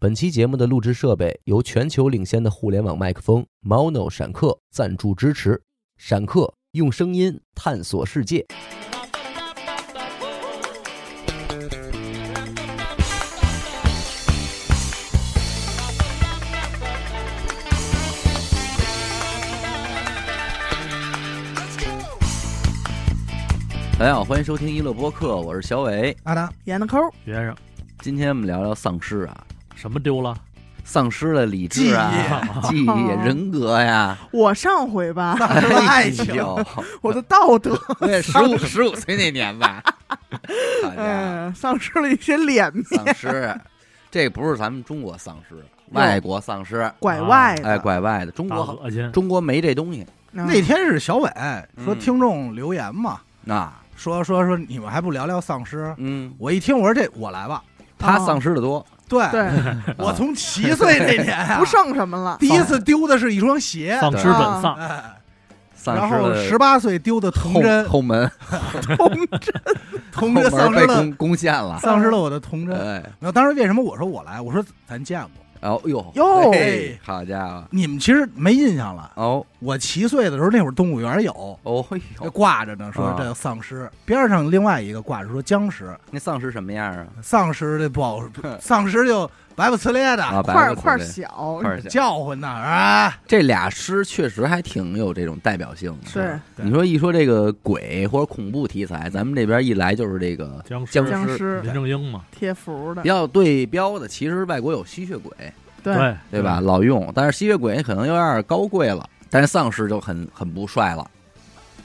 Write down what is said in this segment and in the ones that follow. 本期节目的录制设备由全球领先的互联网麦克风 Mono 闪客赞助支持。闪客用声音探索世界。大家好，欢迎收听一乐播客，我是小伟。阿达，演的抠儿，学生，今天我们聊聊丧尸啊，什么丢了？丧失了理智啊、记忆、人格呀、我上回吧，那是爱情哎。呦 我的道德，对，十五十五岁那年吧，好家伙，嗯，丧失了一些脸面，丧尸，这不是咱们中国丧尸，外国丧尸，拐外的，哎，拐外的，中大国好恶心！中国没这东西，嗯那天是小伟说嗯听众留言嘛，那说说说你们还不聊聊丧尸？嗯，我一听我说这我来吧，他丧尸的多，对，对，我啊从七岁那年 啊不剩什么了，第一次丢的是一双鞋，丧尸本丧，哎丧然尸后的十八岁丢的童真 后，后门后童真门丧被 失了攻攻陷了，丧失了我的童真。哎，然后当时为什么我说我来？我说咱见过，然后哟哟嘿好家伙，你们其实没印象了。哦我七岁的时候那会儿动物园有。哦嘿这呦，挂着呢，说啊这丧尸，边上另外一个挂着说僵尸，那丧尸什么样啊？丧尸这不 好，丧尸就白不呲咧的，啊，块白儿块儿色的小块，儿小叫唤呢啊！这俩诗确实还挺有这种代表性的。是你说一说这个鬼或者恐怖题材，咱们这边一来就是这个僵尸僵僵尸林正英嘛，贴符的比，较对标的。其实外国有吸血鬼，对，对吧？？老用，但是吸血鬼可能有点高贵了，但是丧尸就很很不帅了。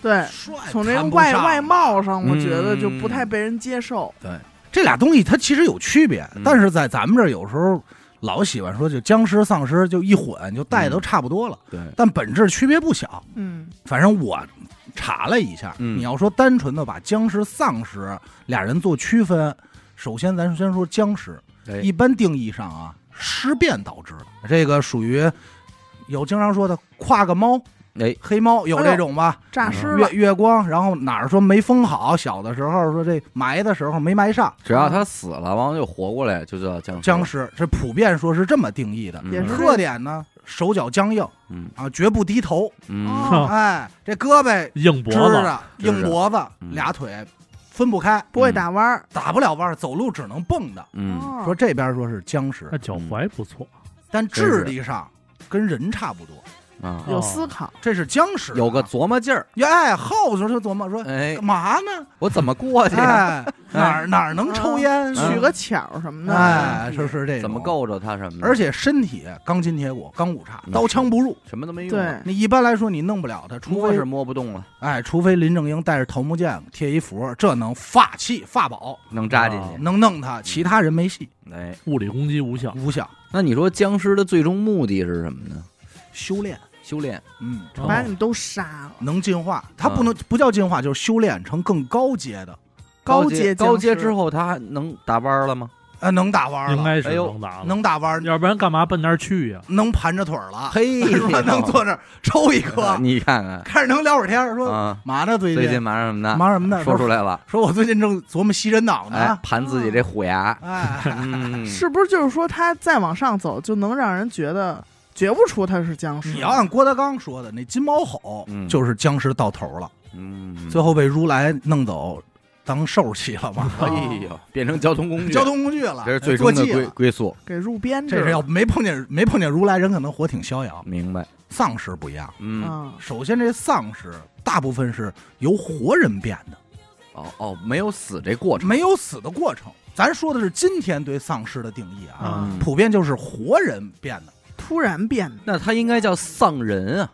对，帅哎从这哎个谈不外上外，貌上，我嗯觉得就不太被人接受，这俩东西它其实有区别嗯，但是在咱们这儿有时候老喜欢说就僵尸、丧尸就一混，就带的嗯都差不多了，对，但本质区别不小。嗯，反正我查了一下，嗯你要说单纯的把僵尸、丧尸俩人做区分，首先咱先说僵尸，哎一般定义上啊，尸变导致的，这个属于有经常说的跨个猫、哎，黑猫，有这种吧？诈尸了月，月光，然后哪儿说没封好，小的时候说这埋的时候没埋上，只要他死了，完了又活过来，就叫僵尸。僵，尸这普遍说是这么定义的。也是嗯特点呢，手脚僵硬嗯啊，绝不低头，嗯，哦，哎，这胳膊硬脖支子，着，直着硬脖子，嗯俩腿分不开，不会打弯儿，打不了弯儿，走路只能蹦的。嗯，哦说这边说是僵那尸，脚踝不错，但智力上跟人差不多，啊，有思考，这是僵尸啊。有个琢磨劲儿，哎，后头就琢磨说哎干，嘛呢？我怎么过去？啊哎，哪儿哪儿能抽烟？嗯取个巧什么的，嗯哎，是是这种怎么？够着他什么的？而且身体啊钢筋铁骨，钢骨叉嗯，刀枪不入。什么都没用，对，你一般来说你弄不了他，除摸非是摸不动了，哎，除非林正英带着桃木剑贴一符，这能发气发宝，能扎进去。能弄他，嗯其他人没戏，哎，物理攻击无效。无效那你说僵尸的最终目的是什么呢？修炼。修炼。嗯，哦把你们都杀了，能进化，它啊不能不叫进化，就是修炼成更高阶的，阶阶高阶僵尸之后，他还能打弯了吗？呃，能打弯哦应了，该哎是呦能打的，能打弯，要不然干嘛奔那儿去呀？能盘着腿儿 了，嘿，是吧？能坐那儿抽一 颗你看看开始能聊会儿天儿， 说啊，嘛呢最最近近忙什么呢？忙什么呢？说出来，来了，说我最近正琢磨吸人脑哎呢，，盘自己这虎 牙，哎，嗯，是不是就是说他再往上走，就能让人觉得觉不出他是僵尸？你要按郭德纲说的，那金毛吼嗯就是僵尸到头了，嗯，最后被如来弄走当兽骑了嘛，哎哦呦，变成交通工具，哦交通工具了，嗯哎这是最坐终的骑归了。归宿，给入编制这是要了，没碰见没碰见如来，人可能活挺逍遥。明白？丧尸不一样。嗯，嗯，首先，这丧尸大部分是由活人变的，哦哦，没有死这过程，没有死的过程。咱说的是今天对丧尸的定义啊，啊嗯普遍就是活人变的。突然变的，那他应该叫丧人啊，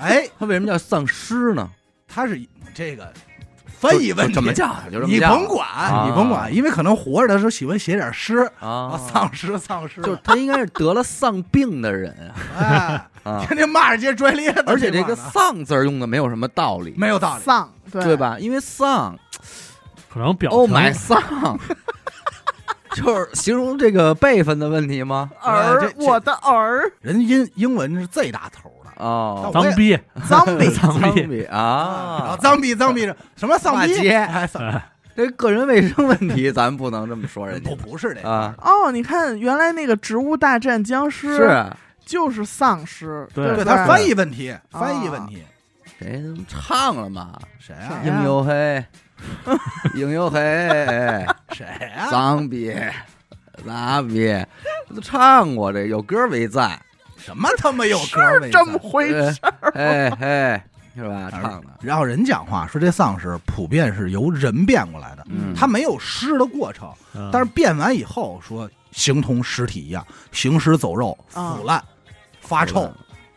哎，他为什么叫丧尸呢？他是这个翻译哎问就题，怎么叫？就这么你叫甭管，啊你甭管，因为可能活着的时候喜欢写点诗。啊，啊，丧尸，丧尸，就是他应该是得了丧病的人啊哎， 啊，天天骂着街拽咧的， 而且这个帮呢丧字儿用的没有什么道理，没有道理，丧，对对？吧？因为丧可能表 Oh 情 my 丧，就是形容这个辈分的问题吗？哎儿这，这我的儿人英英文是 Z 打头的哦，脏逼， ，zombie，脏脏逼，比然后啊，脏逼脏逼什么丧骂逼街哎，丧哎这个人卫生问题，咱不能这么说人家不不是这个啊，哦，你看原来那个《植物大战僵尸》是啊就是丧尸，对对不对对他翻译问题，翻译问题，谁他妈唱了嘛？谁啊？谁啊应有黑， 应有黑，谁啊？脏逼，拉逼，都唱过这，有歌为在，什么他妈有歌儿没这在？么回事。哎嘿，是吧？唱的，然后人讲话说这丧尸普遍是由人变过来的，嗯，他没有尸的过程，嗯但是变完以后说形同尸体一样，行尸走肉，啊腐烂、发臭，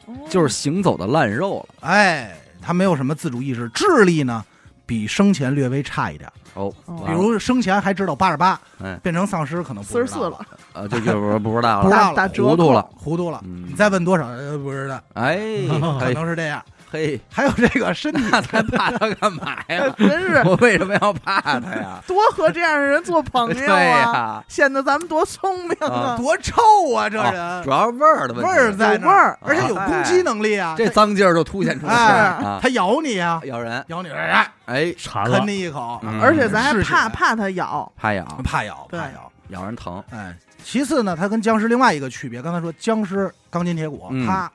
哦就是行走的烂肉了。哎，他没有什么自主意识，智力呢比生前略微差一点，哦，哦比如生前还知道八十八哎，变成丧尸可能不知道四十四了，呃，这就不不知道不知了，道打了打折糊涂扣了，糊涂了。嗯你再问多少？呃，不知道，哎，可嘿能是这样。嘿，还有这个身体，那咱怕他干嘛呀？真是我为什么要怕他呀？多和这样的人做朋 对友啊，呀，哦显得咱们多聪明啊多臭啊！这哦人主要是味儿的问味题，儿啊在那有味儿而且有攻击能力啊。这脏劲儿就凸显出来了哎，啊，它咬你啊，咬人，咬你，哎，哎，馋了啃，你一口，嗯而且咱还试试怕怕它咬，怕咬，怕咬，对怕咬。咬人疼，哎，其次呢，它跟僵尸另外一个区别，刚才说僵尸钢筋铁骨嗯，它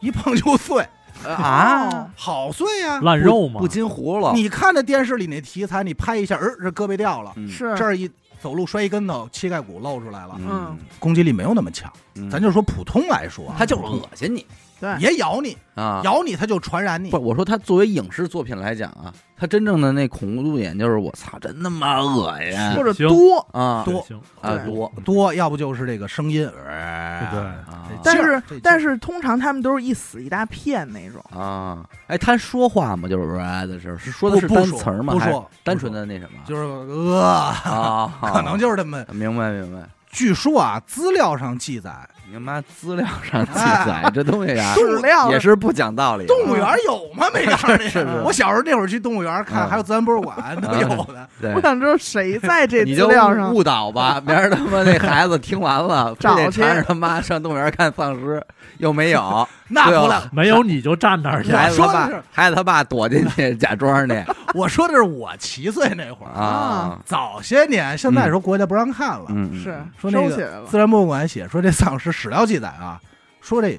一碰就碎，呃哦，好碎呀。烂肉嘛不，禁葫芦，啊你看那电视里那题材，你拍一下，呃，这胳膊掉了，嗯是这儿一走路摔一跟头，膝盖骨露出来了，嗯，攻击力没有那么强。嗯啊咱就说普通来说啊，他就是恶心你对，也咬你，啊。咬你它就传染你不，。我说他作为影视作品来讲啊，他真正的那恐怖度点就是我操，真他妈恶心或者行多，啊多行，啊对多多，要不就是这个声音，呃对，啊这但劲儿是这劲儿但是通常他们都是一死一大片那种，啊！哎，他说话吗？就是呃的时候，是说的不是不单说词儿吗？不还是说单纯的那什么？就是呃， 啊，可能就是这么。明白明白。据说啊，资料上记载，你妈资料上记哎载这东西啊，数量也是不讲道理的。动物园有吗？没告诉你。 是是我小时候那会儿去动物园看，嗯还有自然博物馆都有的。对我，想知道谁在这你资就料上误导吧，明儿他妈那孩子听完 了，非找得去缠着他妈上动物园看丧尸，又没 有， 那对不哦了，没有你就站那儿去，孩子他说的爸是，孩子他爸躲进去假装的我说的是我七岁那会儿，啊，早些年，现在说国家不让看了。嗯，嗯是说那收起个来了自，然博物馆写说这丧尸史料记载啊，说这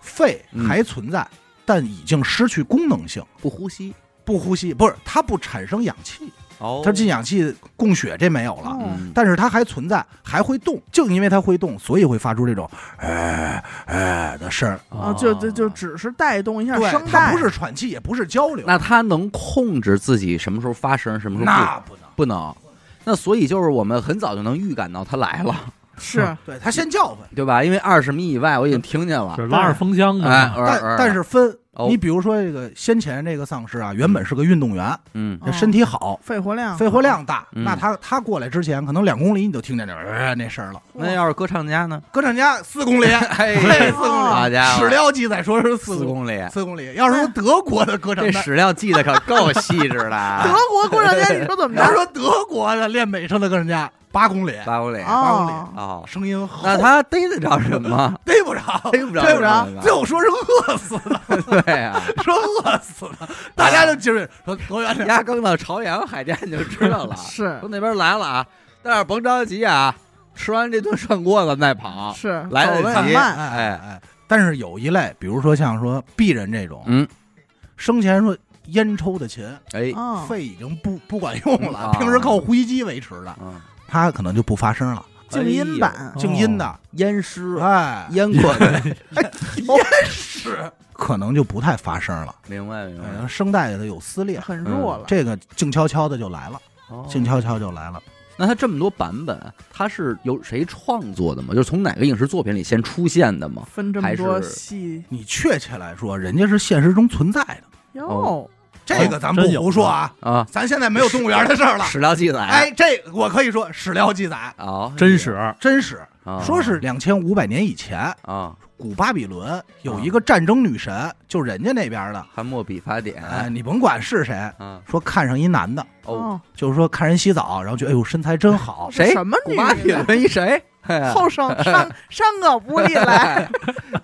肺嗯还存在，但已经失去功能性，不呼吸不呼吸，不是它不产生氧气，哦它进氧气供血这没有了。哦嗯但是它还存在，还会动，就因为它会动，所以会发出这种哎哎的声儿。哦啊，就就就只是带动一下声对，它带，不是喘气，也不是交流，那他能控制自己什么时候发声，什么时候那不能。不不能？那所以就是我们很早就能预感到他来了，是对，它先叫唤，对吧？因为二十米以外我已经听见了这，拉着风箱哎，呢，偶尔但偶尔但是分哦。你比如说这个先前这个丧尸啊，原本是个运动员，嗯哦身体好，肺活量，肺活量大，嗯那他他过来之前，可能两公里你就听见这呃那声儿了。那要是歌唱家呢？歌唱家四公里，哎， 四公里，好家伙史，料记载说是四四公公里，四公里。要是说德国的歌唱这家，史料记得可够细致的德啊，国过两天你说怎么要是着？说德国的练美声的歌唱家，八公里，八公里八公哦，，哦，声音厚那他逮得着什么？ 逮不着，逮不着逮不着是吧。最后说是饿死的，对啊，说饿死 的，大家就就是说躲远点。压更到朝阳海淀就知道了是从那边来了啊，但是甭着急啊，吃完这顿涮锅咱再跑。是来得嗯走得很及哎慢，哎哎，但是有一类，比如说像说鄙人这种，嗯，生前说烟抽的勤，哎，嗯，肺已经不不管用嗯了，啊平时靠呼吸机维持的，嗯，他可能就不发声了，静音版哦静音的，烟师哎，烟 过，是可能就不太发声了，明白明嗯白，声带它有撕裂，很弱了，嗯这个静悄悄的就来了，嗯哦静悄悄就来了。那他这么多版本，他是由谁创作的吗？就是从哪个影视作品里先出现的吗？分这么多还是戏你确切来说，人家是现实中存在的，哟哦，这个咱不真有胡说啊，啊，咱现在没有动物园的事儿了。史料记载，哎，这个我可以说史料记载哦，真实，真实，啊，说是两千五百年以前，啊，古巴比伦有一个战争女神，就人家那边的，汉末笔法典，哎，你甭管是谁，啊，说看上一男的，哦，哦，就是说看人洗澡，然后觉得哎呦身材真好， 谁什么古女巴比人？啊伦一谁？哎呀后生伤伤个不利来，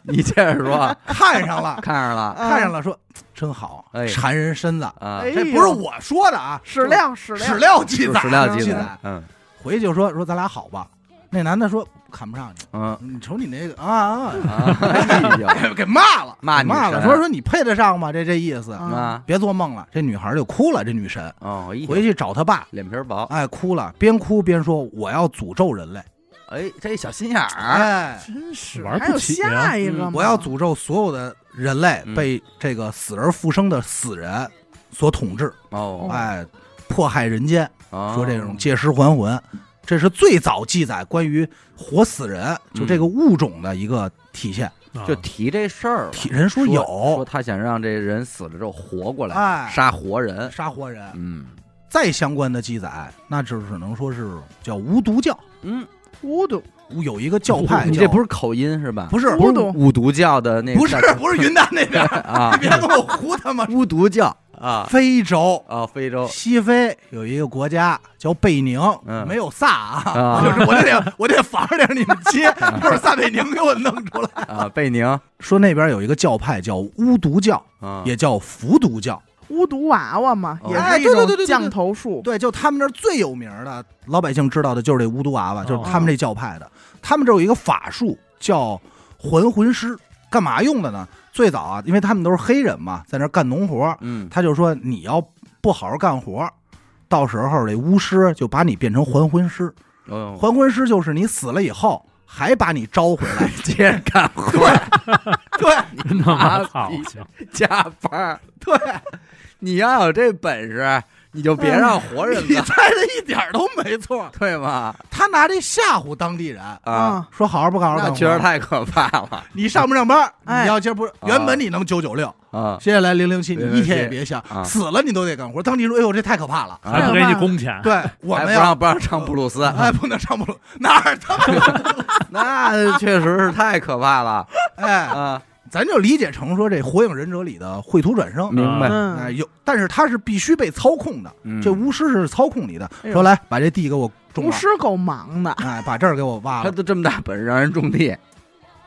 你接着说，看上 了，看上了，看上了，说真好啊哎，馋人身子。啊，哎这不是我说的啊，史料史料史料记史载，啊料记记载载。，嗯回去就说说咱俩好吧。那男的说看不上你，嗯，你瞅你那个啊， 啊啊哎 呦啊给骂了，骂女神骂了，说说你配得上吗？这这意思，啊啊，别做梦了。这女孩就哭了，这女神哦，一回去找她爸，脸皮儿薄，哎，哭了，边哭边说我要诅咒人类，哎，这小心眼儿，哎，真是玩不还有起下一个嗯吗？我要诅咒所有的人类嗯被这个死而复生的死人所统治，哦，哎，迫害人间，哦说这种借尸还魂，这是最早记载关于活死人就这个嗯物种的一个体现。啊 就提这事儿了，体人说说有他想让这人死了之后活过来，哎杀活人，杀活人，嗯再相关的记载，那就只能说是叫无毒教，嗯，孤独，有一个教派叫，你这不是口音是吧？不是巫不是毒五毒教的那个不是不是云南那边，啊 你，别跟我胡他 妈说。巫毒教啊非洲啊，非洲西非有一个国家叫贝宁，嗯没有萨啊，啊 就是我就得我得防着点你们 接，要是萨贝宁给我弄出来。啊，贝宁说那边有一个教派叫巫毒教，啊，也叫伏毒教，巫毒娃娃嘛，哦也哎是一对对对对对种降头术。对，就他们那儿最有名的，老百姓知道的就是这巫毒娃娃，就是哦他们这教派的。他们这儿有一个法术叫还魂师，干嘛用的呢？最早啊，因为他们都是黑人嘛，在那儿干农活，嗯他就说你要不好好干活，到时候这巫师就把你变成还魂师。哦，还魂师就是你死了以后还把 你招回来，接着干活，对真他妈操行，对，加班 儿，对，你要有这本事，你就嗯别让活人你 干，猜的一点儿都没错。对吗？他拿这吓唬当地人，啊，说好好不嗯好好干那活，确实太可怕了 你上不上班？哎你要今儿不原本你能九九六，啊接下来啊零零七， 007你一天也别想啊，死了你都得干活。当地说，哎呦，这太可怕 了。还啊不！给你工钱，对，我还不们要让不让唱布鲁斯， 哎不能上不了哪儿 他妈那确实是太可怕了哎，啊！咱就理解成说这《火影忍者》里的秽土转生。 明白哎，嗯，有，但是他是必须被操控的，嗯这巫师是操控你的。哎呦说来，把这地给我种巫了，师够忙的，哎，把这儿给我挖他了。都这么大本事让人种地，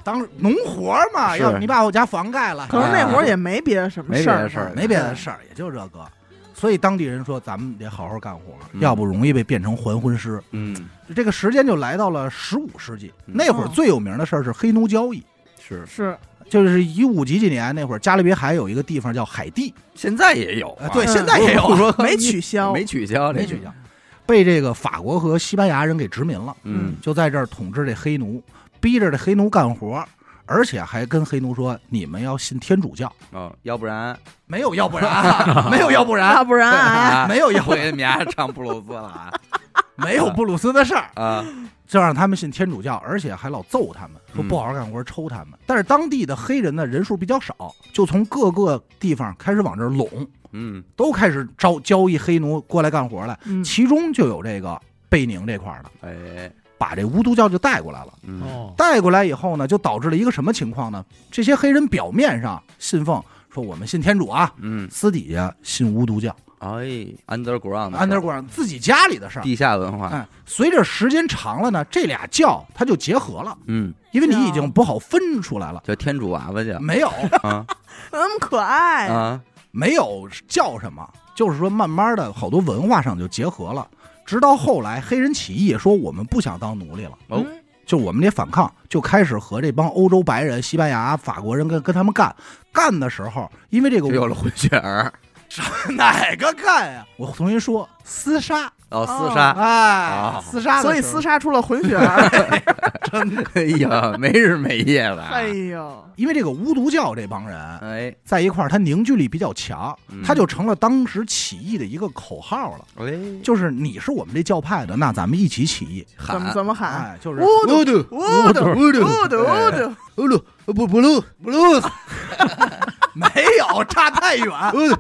当时农活嘛，是要你把我家房盖了，可是嗯那哎会儿也没别的什么没事别儿哎的事儿没别的事儿，也就这个。所以当地人说，咱们得好好干活，嗯要不容易被变成还魂师。嗯，这个时间就来到了十五世纪，嗯那会儿最有名的事儿是黑奴交易，是是就是一五几几年那会儿，加勒比海有一个地方叫海地，现在也有啊哎，对，嗯现在也有，说没取消， 没取消，没取消，被这个法国和西班牙人给殖民了，嗯就在这儿统治这黑奴，逼着这黑奴干活，而且还跟黑奴说你们要信天主教，哦，要不然没有要不然啊，没有要不然要，不然哎 啊没有要不回然，你们家唱布鲁斯了啊没有布鲁斯的事儿，啊！ 就让他们信天主教，而且还老揍他们，说不好好干活抽他们。但是当地的黑人呢人数比较少，就从各个地方开始往这儿拢，嗯都开始招交易黑奴过来干活来。嗯其中就有这个贝宁这块儿的，哎把这巫毒教就带过来了。嗯哦，带过来以后呢，就导致了一个什么情况呢？这些黑人表面上信奉说我们信天主啊，嗯，私底下信巫毒教，哎，underground 啊的事儿安德广自己家里的事嗯儿。地下文化，哎，随着时间长了呢，这俩教它就结合了，嗯，因为你已经不好分出来了。叫天主娃娃去 没有，啊那么可爱，啊，没有叫什么，就是说慢慢的好多文化上就结合了，直到后来黑人起义也说我们不想当奴隶了，哦嗯就我们得反抗，就开始和这帮欧洲白人、西班牙、法国人跟跟他们干。干的时候，因为这个就有了混血儿， 哪个干呀、我重新说，厮杀，哦，厮杀，哎啊，厮杀的时候，哦所以厮杀出了混血儿。 哎呀，没日没夜的，哎呦，因为这个巫毒教这帮人哎在一块儿，他凝聚力比较强嗯，他就成了当时起义的一个口号了。哎，就是你是我们这教派的，那咱们一起起义。喊怎么怎么喊？哎，就是巫毒乌度巫毒乌度巫毒巫毒，乌度不不呃录不录呃没有差太远，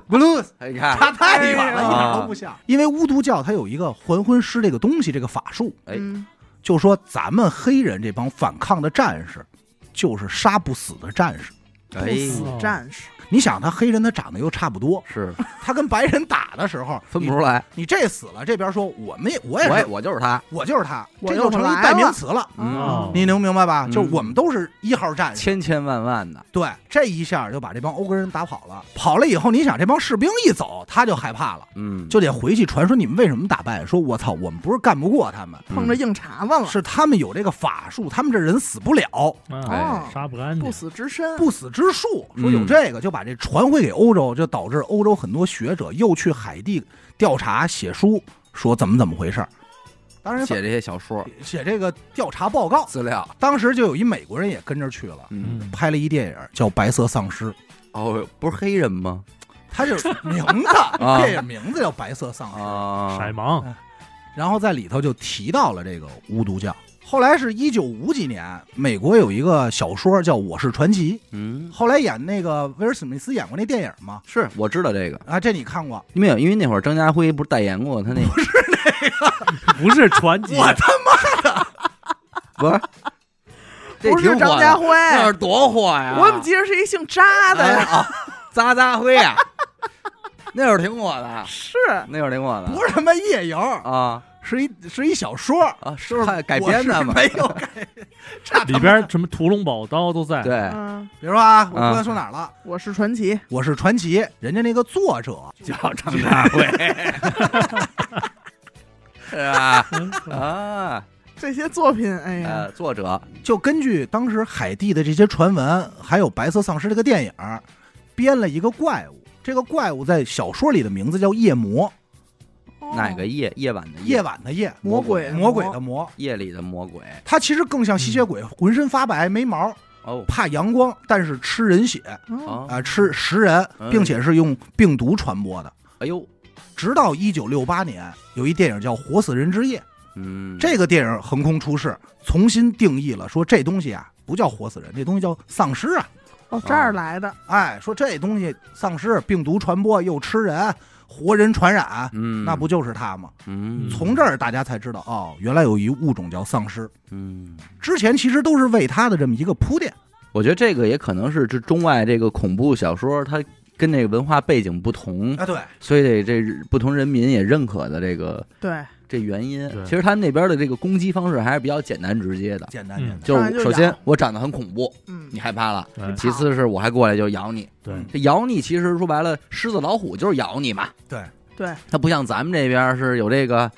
不录，哎你看，差太远了，哎呀一点都不像。因为巫毒教它有一个还魂师这个东西，这个法术，哎嗯，就说咱们黑人这帮反抗的战士，就是杀不死的战士。哎，战士，你想他黑人他长得又差不多，是他跟白人打的时候分不出来，你。你这死了，这边说我没我也我也是我就是他，我就是他，我这又就成来一代名了词了。嗯哦你能明白吧？嗯就是我们都是一号战士，千千万万的，对，这一下就把这帮欧根人打跑了。跑了以后，你想这帮士兵一走，他就害怕了，嗯，就得回去传说你们为什么打败？说我操，我们不是干不过他们，碰着硬茬子了，是他们有这个法术，他们这人死不了，哎啊，哦，杀不干净不，死之身，不死之术。说嗯有这个，就把这传回给欧洲，就导致欧洲很多学者又去海地调查写书，说怎么怎么回事儿。当然写这些小说写这个调查报告，资料，当时就有一美国人也跟着去了，嗯，嗯，拍了一电影叫《白色丧尸》。哦，不是黑人吗？他就是名字，啊电影名字叫《白色丧尸》，啊，色盲，然后在里头就提到了这个巫毒教。后来是一九五几年，美国有一个小说叫《我是传奇嗯》，，后来演那个威尔史密斯演过那电影嘛，是我知道这个，啊，这你看过？没有，因为那会儿张家嗯辉不是代言过他那个，不是传奇，我他不是，这不是挺火张的家辉那是多火呀！我怎么记得是一姓扎的哎呀？啊，渣渣辉啊，那会儿挺火的， 是那会儿挺火的，不是他妈夜游，啊是一是一小说，啊，是看改编的嘛我？是没有改， 差里边什么屠龙宝刀都在，，对，嗯，比如说啊，我刚才说哪儿了？我是传奇，我是传奇，人家那个作者叫张大辉，是吧？啊，这些作品，哎呀，呃，作者就根据当时海地的这些传闻，还有《白色丧尸》这个电影儿，编了一个怪物。这个怪物在小说里的名字叫夜魔，哦哪个夜夜晚的夜晚的夜，魔鬼魔鬼的魔。夜里的魔鬼它其实更像吸血鬼，浑身发白，没毛，哦怕阳光，但是吃人血哦啊啊、吃食人，并且是用病毒传播的。哎呦，直到一九六八年，有一电影叫《活死人之夜》，嗯，这个电影横空出世，重新定义了说这东西啊不叫活死人，这东西叫丧尸啊。哦，这儿来的，哎，说这东西丧尸病毒传播又吃人，活人传染，嗯，那不就是它吗？嗯从这儿大家才知道哦，原来有一物种叫丧尸。嗯。之前其实都是为它的这么一个铺垫。我觉得这个也可能是这中外这个恐怖小说，它跟这个文化背景不同，啊，对，所以得这不同人民也认可的这个对，这原因。对其实他那边的这个攻击方式还是比较简单直接的，简单简嗯单。就上来是就首先咬我长得很恐怖，嗯你，害怕了；嗯对其次是我还过来就咬你。哎对，这咬你其实说白了，狮子老虎就是咬你嘛，对，它不像咱们这边是有这个，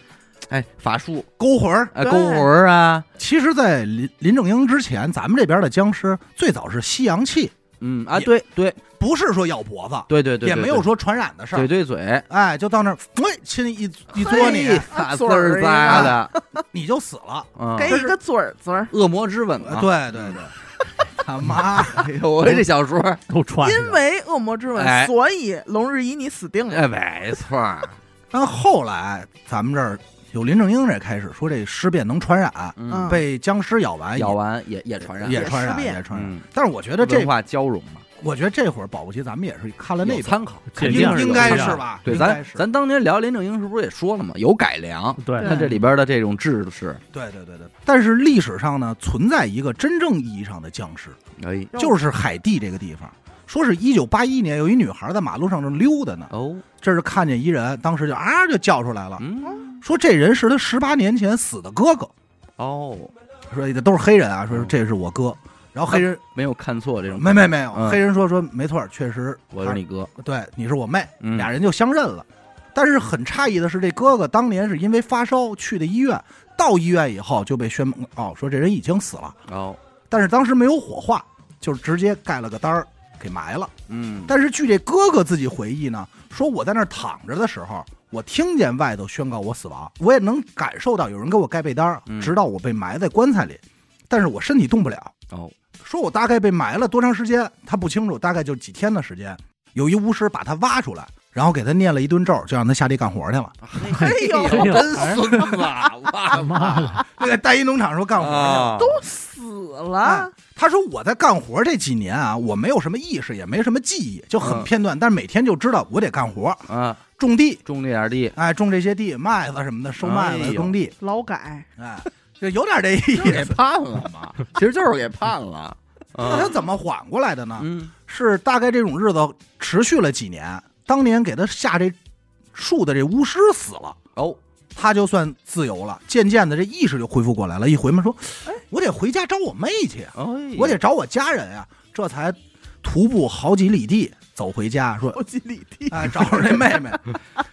哎，法术，勾魂儿，哎，对勾魂儿啊，其实，在林林正英之前，咱们这边的僵尸最早是吸阳气，嗯啊，也对对不是说咬脖子，对对对，也对没有说传染的事嘴儿。对嘴， 哎，就到那儿，喂，亲一一嘿嘬你，打字啊嘴儿儿撒的， 你就死了。嗯，给一个嘴儿嘴儿，恶魔之吻啊，对对 对，他妈，哎呦，我这小说，都串起来因为恶魔之哎吻，所以龙日一你死定了。哎，没错儿，但后来咱们这儿有林正英这开始说这尸变能传染，嗯，被僵尸咬完咬完也也传染，哎也也传染尸变也传染。嗯，但是我觉得这文，化交融嘛，我觉得这会儿保不齐咱们也是看了有那本，参考，借肯定鉴应是有应该参参考考是吧？对，应该咱是咱当年聊林正英是不是也说了嘛，有改良，对它这里边的这种制度是，对对对对。但是历史上呢，存在一个真正意义上的僵尸，哎，哟就是海地这个地方。说是一九八一年，有一女孩在马路上正溜达呢，哦，这是看见一人，当时就啊就叫出来了，嗯，说这人是她十八年前死的哥哥，哦，说这都是黑人啊，嗯说这是我哥。然后黑人没有看错这种，没没没有，啊嗯黑人说说没错，确实我是你哥，他，对你是我妹，嗯俩人就相认了。但是很诧异的是，这哥哥当年是因为发烧去的医院，到医院以后就被宣布哦说这人已经死了，哦，但是当时没有火化，就是直接盖了个单儿给埋了。嗯，但是据这哥哥自己回忆呢，说我在那儿躺着的时候，我听见外头宣告我死亡，我也能感受到有人给我盖被单儿嗯，直到我被埋在棺材里，但是我身体动不了。哦，说我大概被埋了多长时间，他不清楚，大概就几天的时间。有一巫师把他挖出来，然后给他念了一顿咒，就让他下地干活去了。哎呦真孙子啊，哇妈的，就在单一农场说干活去了。 啊都死哎了，他说我在干活这几年啊，我没有什么意识，也没什么记忆，就很嗯片段，但是每天就知道我得干活，啊，种地，种这点 地，哎，种这些地，麦子什么的，收麦哎子、呦耕地，劳改，哎，就有点这意给思。判了嘛，其实就是给判了，那他怎么缓过来的呢？嗯是大概这种日子持续了几年，当年给他下这树的这巫师死了，哦，他就算自由了。渐渐的，这意识就恢复过来了。一回门说，哎，我得回家找我妹去，啊哎我得找我家人啊。这才徒步好几里地走回家，说，好几里地，哎，找着这妹妹，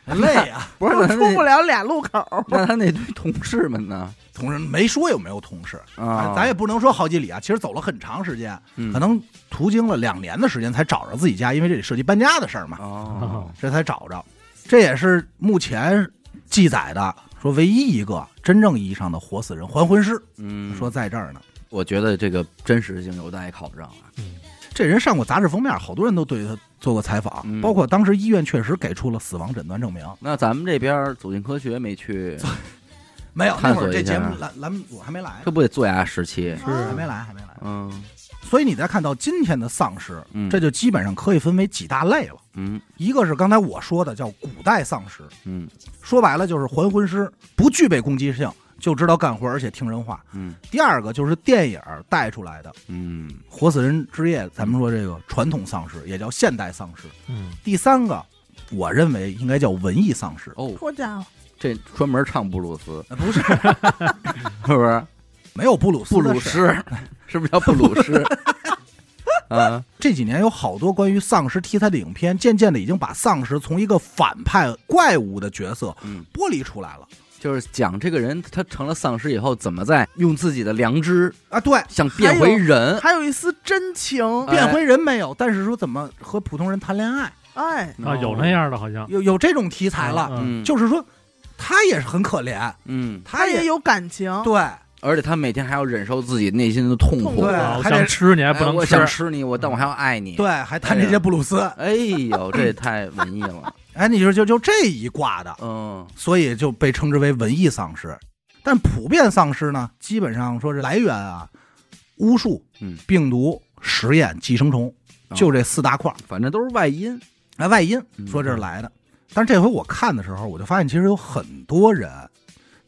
累啊呀、 不是我那他出不那了俩路口。那他那堆同事们呢？同事没说有没有同事，啊，咱也不能说好几里啊，其实走了很长时间，嗯可能途经了两年的时间才找着自己家，因为这里涉及搬家的事儿嘛。 哦，这才找着。这也是目前记载的说唯一一个真正意义上的活死人还魂师。嗯，说在这儿呢，我觉得这个真实性有待考证啊。这人上过杂志封面，好多人都对他做过采访，嗯包括当时医院确实给出了死亡诊断证明。那咱们这边儿走进科学没 去，没有，那探会索儿一下啊这节目栏栏目组还没来这呢，不得做牙时期？还没啊来，还没来。嗯所以你再看到今天的丧尸，嗯这就基本上可以分为几大类了。嗯一个是刚才我说的叫古代丧尸，嗯说白了就是还魂师，不具备攻击性，就知道干活，而且听人话。嗯第二个就是电影儿带出来的嗯， 《活死人之夜》，咱们说这个传统丧尸，也叫现代丧尸。嗯，第三个，我认为应该叫文艺丧尸，哦，好家伙，这专门唱布鲁斯呃不是是不 是？没有布鲁斯布的事儿。鲁斯是不是叫布鲁 斯？啊，这几年有好多关于丧尸题材的影片，渐渐的已经把丧尸从一个反派怪物的角色嗯，剥离出来了就是讲这个人他成了丧尸以后，怎么在用自己的良知啊。对，想变回人。还有一丝真情，哎变回人没有，但是说怎么和普通人谈恋爱，哎，啊，有那，样的好像有有这种题材了，嗯嗯，就是说他也是很可怜，嗯，他他也也有感情，对。而且他每天还要忍受自己内心的痛痛苦苦。对啊我还得想吃你还哎不能我吃想，吃你，我但我还要爱你。对，还谈这些布鲁斯，哎呦，这也太文艺了。哎，你说就就这一挂的，嗯所以就被称之为文艺丧尸。但普遍丧尸呢，基本上说是来源啊，巫术、嗯，病毒、实验、寄生虫，啊就这四大块儿反正都是外因。来外因嗯说这是来的。但是这回我看的时候，我就发现其实有很多人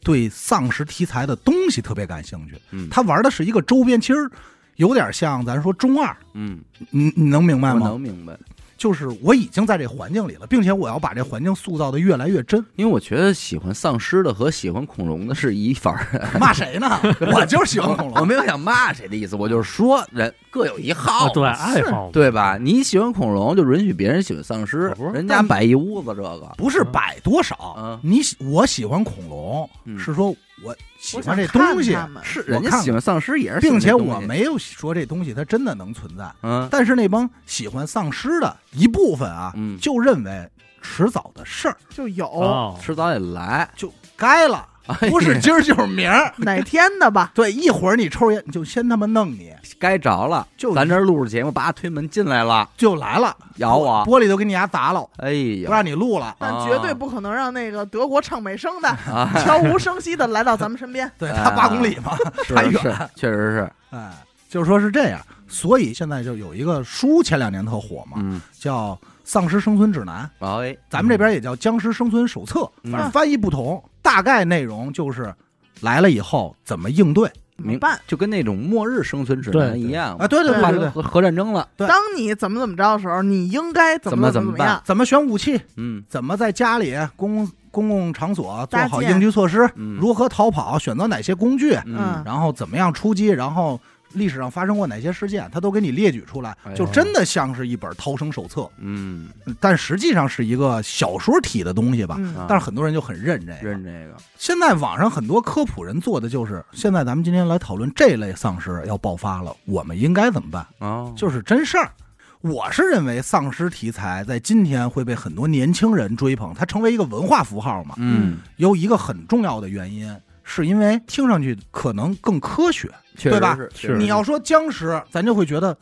对丧尸题材的东西特别感兴趣，嗯他玩的是一个周边，其实有点像咱说中二，嗯，你你能明白我吗？能明白。就是我已经在这环境里了，并且我要把这环境塑造的越来 越真。因为我觉得喜欢丧尸的和喜欢恐龙的是一番儿。骂谁呢？我 就是喜欢恐 龙我。没有想骂谁的意思，我就是说人各有一啊好。对爱好哦对吧？你喜欢恐龙，就允许别人喜欢丧尸可不，是人家摆一屋子这个。不是摆多少，嗯你喜我喜欢恐龙，嗯是说我喜我欢想这东西，看他们是我人家看喜欢丧尸也是喜并欢这且东西，我没有说这东西它真的能存在。嗯但是那帮喜欢丧尸的一部分啊，嗯，就认为迟早的事儿就有哦，迟早也来，就该了，哎呀不是今儿就是明儿。，哪天的吧对，一会儿你抽烟，你就先他妈弄你，该着了。就咱这儿录着节目，把推门进来了，就来了，咬我。玻璃都给你牙砸了，哎不呀，让你录了。但啊绝对不可能让那个德国唱美 声的啊，悄无声息的来到咱们身边。对他八公里嘛，是太远是，确实是，哎，就是说是这样。所以现在就有一个书，前两年特火嘛，嗯，叫《丧尸生存指南》，哎，咱们这边也叫《僵尸生存手册》，嗯反正翻译不同，大概内容就是来了以后怎么应对怎么办？就跟那种末日生存指对南对一样啊，，对对对发对生对，核核战争了，对当你怎么怎么着的时候，你应该怎么怎么么样？怎么选武器，嗯怎么在家里公公共场所做好搭建应急措施，嗯，如何逃跑，选择哪些工具，嗯嗯然后怎么样出击，然后。历史上发生过哪些事件，他都给你列举出来哎，呦就真的像是一本逃生手册，嗯，但实际上是一个小说体的东西吧。啊嗯，但是很多人就很认这个。认这个，现在网上很多科普人做的就是，现在咱们今天来讨论这类丧尸要爆发了，我们应该怎么办？哦，就是真事儿。我是认为丧尸题材在今天会被很多年轻人追捧，它成为一个文化符号嘛。嗯，有一个很重要的原因，是因为听上去可能更科学。确对吧实确实你要说僵尸，咱就会觉得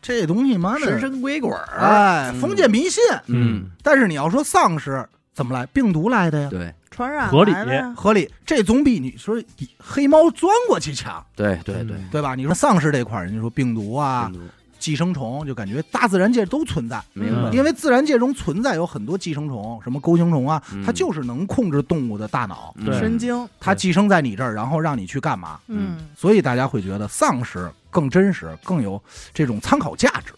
这东西妈神的，神鬼鬼儿，哎，嗯封建迷信。嗯，但是你要说丧尸怎么来，病毒来的呀，对传染合理来了呀合理。这总比你说黑猫钻过去强。对对对，对吧？你说丧尸这块儿，人家说病毒啊病、毒寄生虫，就感觉大自然界都存在，明嗯白，因为自然界中存在有很多寄生虫，什么钩形虫啊嗯，它就是能控制动物的大脑，嗯对神经，它寄生在你这儿，然后让你去干嘛？嗯，所以大家会觉得丧尸更真实，更有这种参考价值。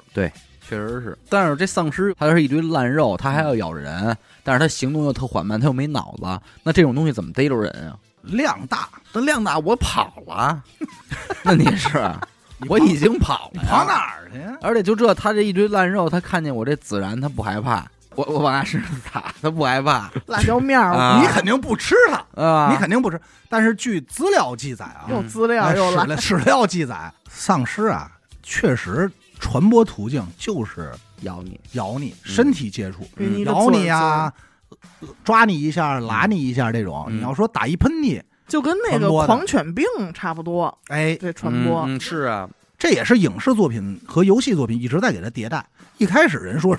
确实是。但是这丧尸它是一堆烂肉，它还要咬人，但是它行动又特缓慢，它又没脑子，那这种东西怎么逮着人啊？量大，那量大我跑了， 那 你是啊你我跑已经跑你了，跑？哪儿去呀？而且就这，他这一堆烂肉，他看见我这孜然，他不害怕。我我往他身上撒，他不害怕嗯辣椒面儿，啊你肯定不吃它，啊！你肯定不吃。但是据资料记载啊，又资料啊又辣史，料史料记载，丧尸啊，确实传播途径就是咬你，咬你，身体接触，给你一个咬你呀、作呃抓你一下，拉你一下这种。嗯你要说打一喷嚏，就跟那个传播的狂犬病差不多，哎，这传播。嗯嗯是啊，这也是影视作品和游戏作品一直在给它迭代。一开始人 说。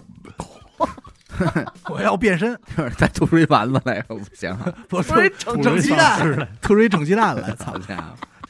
我要变身，就是 再吐出一丸子来，不行，我不是整不整是鸡丧蛋，尸了吐出一整鸡蛋 来。好家伙！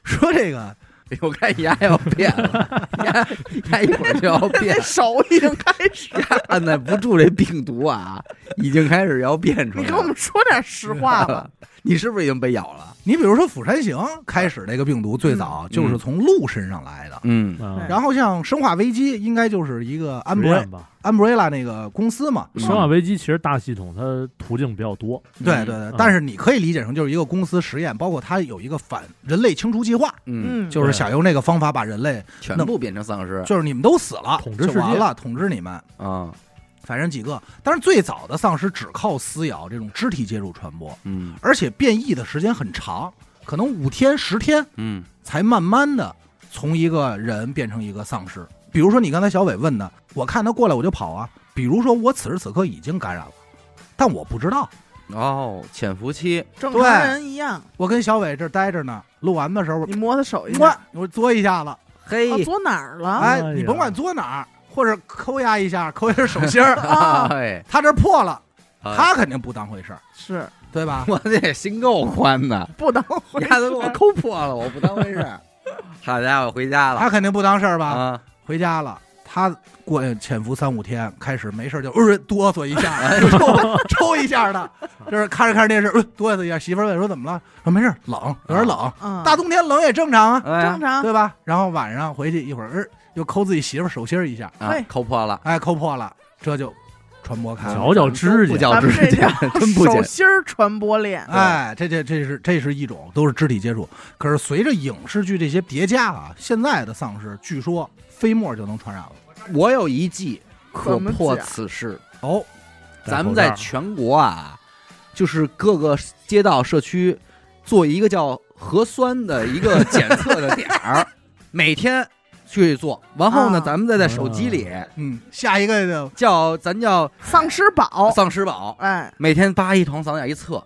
说这个 我看牙要变了，牙牙一会儿就要变那，手已经开始，牙按耐不住这病毒啊，已经开始要变出你来给我了们。说点实话吧。 你是不是已经被咬了？你比如说《釜山行》开始这个病毒最早就是从鹿身上来的，嗯啊然后像《生化危机》应该就是一个安博实验吧。安博瑞拉那个公司嘛，嗯生化危机其实大系统它途径比较多，对对对嗯，但是你可以理解成就是一个公司实验，包括它有一个反人类清除计划，嗯，嗯，就是想用那个方法把人类，全部变成丧尸就是你们都死了，统治世界就完了，统治你们，啊，反正几个。但是最早的丧尸只靠撕咬这种肢体接触传播，嗯而且变异的时间很长，可能五天十天嗯才慢慢的从一个人变成一个丧尸。比如说你刚才小伟问的，我看他过来我就跑啊。比如说我此时此刻已经感染了，但我不知道。哦，潜伏期正常人一样，我跟小伟这儿待着呢，录完的时候你摸他手一我下，我嘬一下子，嘿哦，坐哪儿了？哎哎，呀你甭管嘬哪儿，或者抠压一下，抠一下手心儿， 啊，哎，他这破了，哎他肯定不当回事儿，是 对吧？我这心够宽的，不当回牙都给我抠破了，我不当回事儿。好家伙，回家他了肯定不当事儿吧？啊！回家了。他过潜伏三五天，开始没事儿就呃哆嗦一下，抽抽一下的，就是看着看着电视，呃哆嗦一下。媳妇儿问说怎么了？说没事儿，冷，有点冷，嗯，大冬天冷也正常啊，哎呀正常。对吧？然后晚上回去一会儿，呃又抠自己媳妇儿手心儿一下，啊哎，抠破了，哎，抠破了，这就传播开了。嚼嚼指不甲，叫咱指们这甲叫， 真不啊手讲。心儿传播链，哎，这这这是这是一种都是肢体接触，可是随着影视剧这些叠加啊，现在的丧尸据说飞沫就能传染了。我有一计可怎么破讲此事，哦，咱们在全国啊，就是各个街道社区做一个叫核酸的一个检测的点儿，每天去做。完后呢，啊咱们再在手机里嗯，下一个就叫咱叫丧尸宝，丧尸宝，哎，每天叭一捅嗓子眼一测，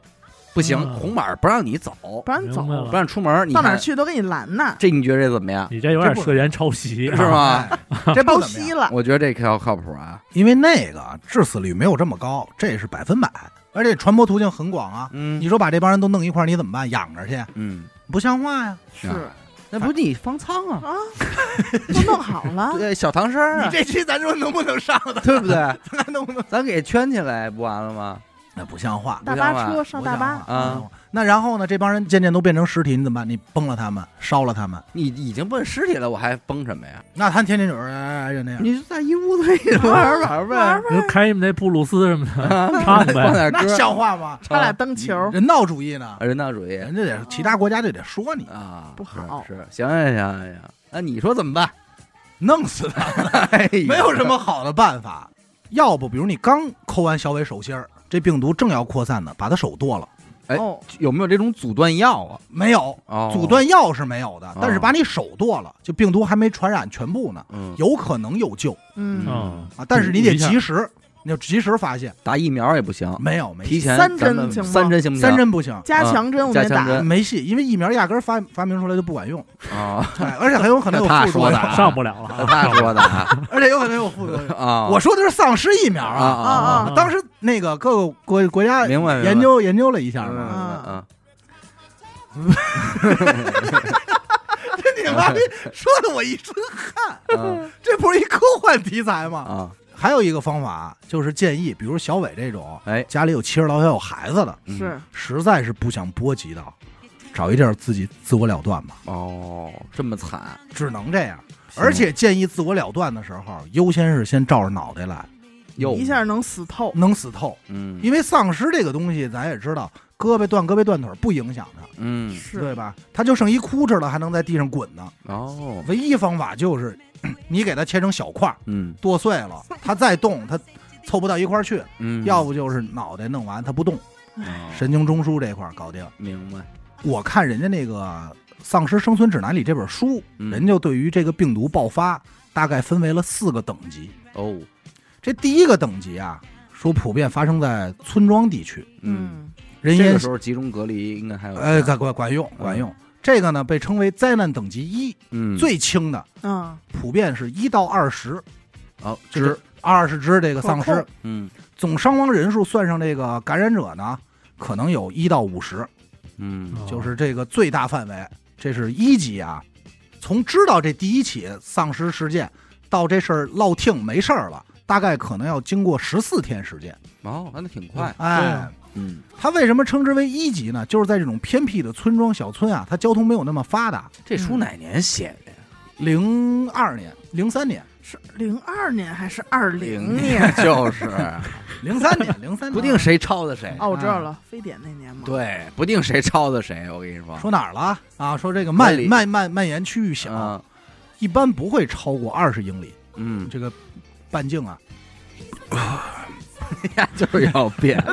不行，嗯红码儿不让你走，不让走，明白了不让出门儿。你到哪儿看去都给你拦呢，这，你觉得这怎么样？你这有点涉嫌抄袭，是啊？吗？哎这不抄怎么袭样，了，我觉得这靠靠谱啊。因为那个致死率没有这么高，这是百分百，而且传播途径很广啊。嗯你说把这帮人都弄一块儿，你怎么办？养着去，嗯，不像话呀！是啊那不你方舱啊？啊，都弄好了， 对，小唐山啊，这期咱说能不能上 的？对不对？咱能不能？咱给圈起来不完了吗？那不像话，大巴不车上大巴，不像话。不像话那然后呢？这帮人渐渐都变成尸体，你怎么办？你崩了他们，烧了他们，你已经奔尸体了，我还崩什么呀？那他天天就是哎哎哎就那样。你就在一屋子里玩玩玩呗，你就玩，开你们那布鲁斯什么的，唱唱 呗放点歌那。像话吗？他俩蹬球，人道主义呢？人道主义人家得其他国家就得说你啊，不好是是行行行行，那你说怎么办？弄死他，哎呀没有什么好的办法。要不，比如你刚抠完小伟手心儿，这病毒正要扩散呢，把他手剁了，哎哦，有没有这种阻断药啊？没有哦阻断药是没有的哦，但是把你手剁了，就病毒还没传染全部呢，嗯，有可能有救嗯，嗯，啊。但是你得一下及时，你要及时发现，打疫苗也不行，没有没提戏，前三咱针们行吗三针行不行？三针不行，加强针我啊加没强打针，没戏，因为疫苗压根儿发发明出来就不 管用，啊，对而且很有可能有他副作说的用，啊上不了了啊，他说的啊 而且有可能有副作用。啊，我说的是丧尸疫苗啊啊，啊啊，啊当时那个各个国国家明白明白研究研究了一下嗯嘛，嗯嗯这 你妈逼说的我一身汗，嗯这不是一科幻题材嗯吗？啊，还有一个方法就是建议，比如小伟这种，哎家里有妻儿老小有孩子的，嗯是实在是不想波及到，找一地儿自己自我了断吧，哦，这么惨，只能这样。而且建议自我了断的时候，优先是先照着脑袋来，又一下能死透。能死透。嗯，因为为丧尸这个东西，咱也知道，胳膊断胳膊断腿儿不影响他，嗯对是，吧？他就剩一哭哧了，还能在地上滚呢。哦唯一方法就是 你给它切成小块儿，嗯剁碎了，它再动它凑不到一块儿去，嗯，要不就是脑袋弄完它不动，哦神经中枢这块儿搞定。明白，我看人家那个《丧尸生存指南》里这本书，嗯人就对于这个病毒爆发大概分为了四个等级。哦这第一个等级啊，说普遍发生在村庄地区，嗯，嗯，人这烟个时候嗯集中隔离应该还有呃管管管用管用。这个呢被称为灾难等级一，嗯最轻的啊，普遍是一到二十，哦这值个二十只这个丧可尸控，嗯总伤亡人数算上这个感染者呢，可能有一到五十，嗯哦 就是这个最大范围，这是一级啊。从知道这第一起丧尸事件到这事儿落听没事儿了，大概可能要经过十四天时间。哦，那挺快，对哎啊，嗯它为什么称之为一级呢？就是在这种偏僻的村庄小村啊，它交通没有那么发达。这书哪年写的呀？零二年、零三年、是零二年还是二零年？就是，零三年、零三年，不定谁抄的谁，哦，我知道了，非典那年嘛。，啊对，不定谁抄的谁，我跟你说，说哪儿了啊？说这个万蔓里蔓蔓蔓延区域小，啊，一般不会超过二十英里。嗯，这个半径啊，这就是要变，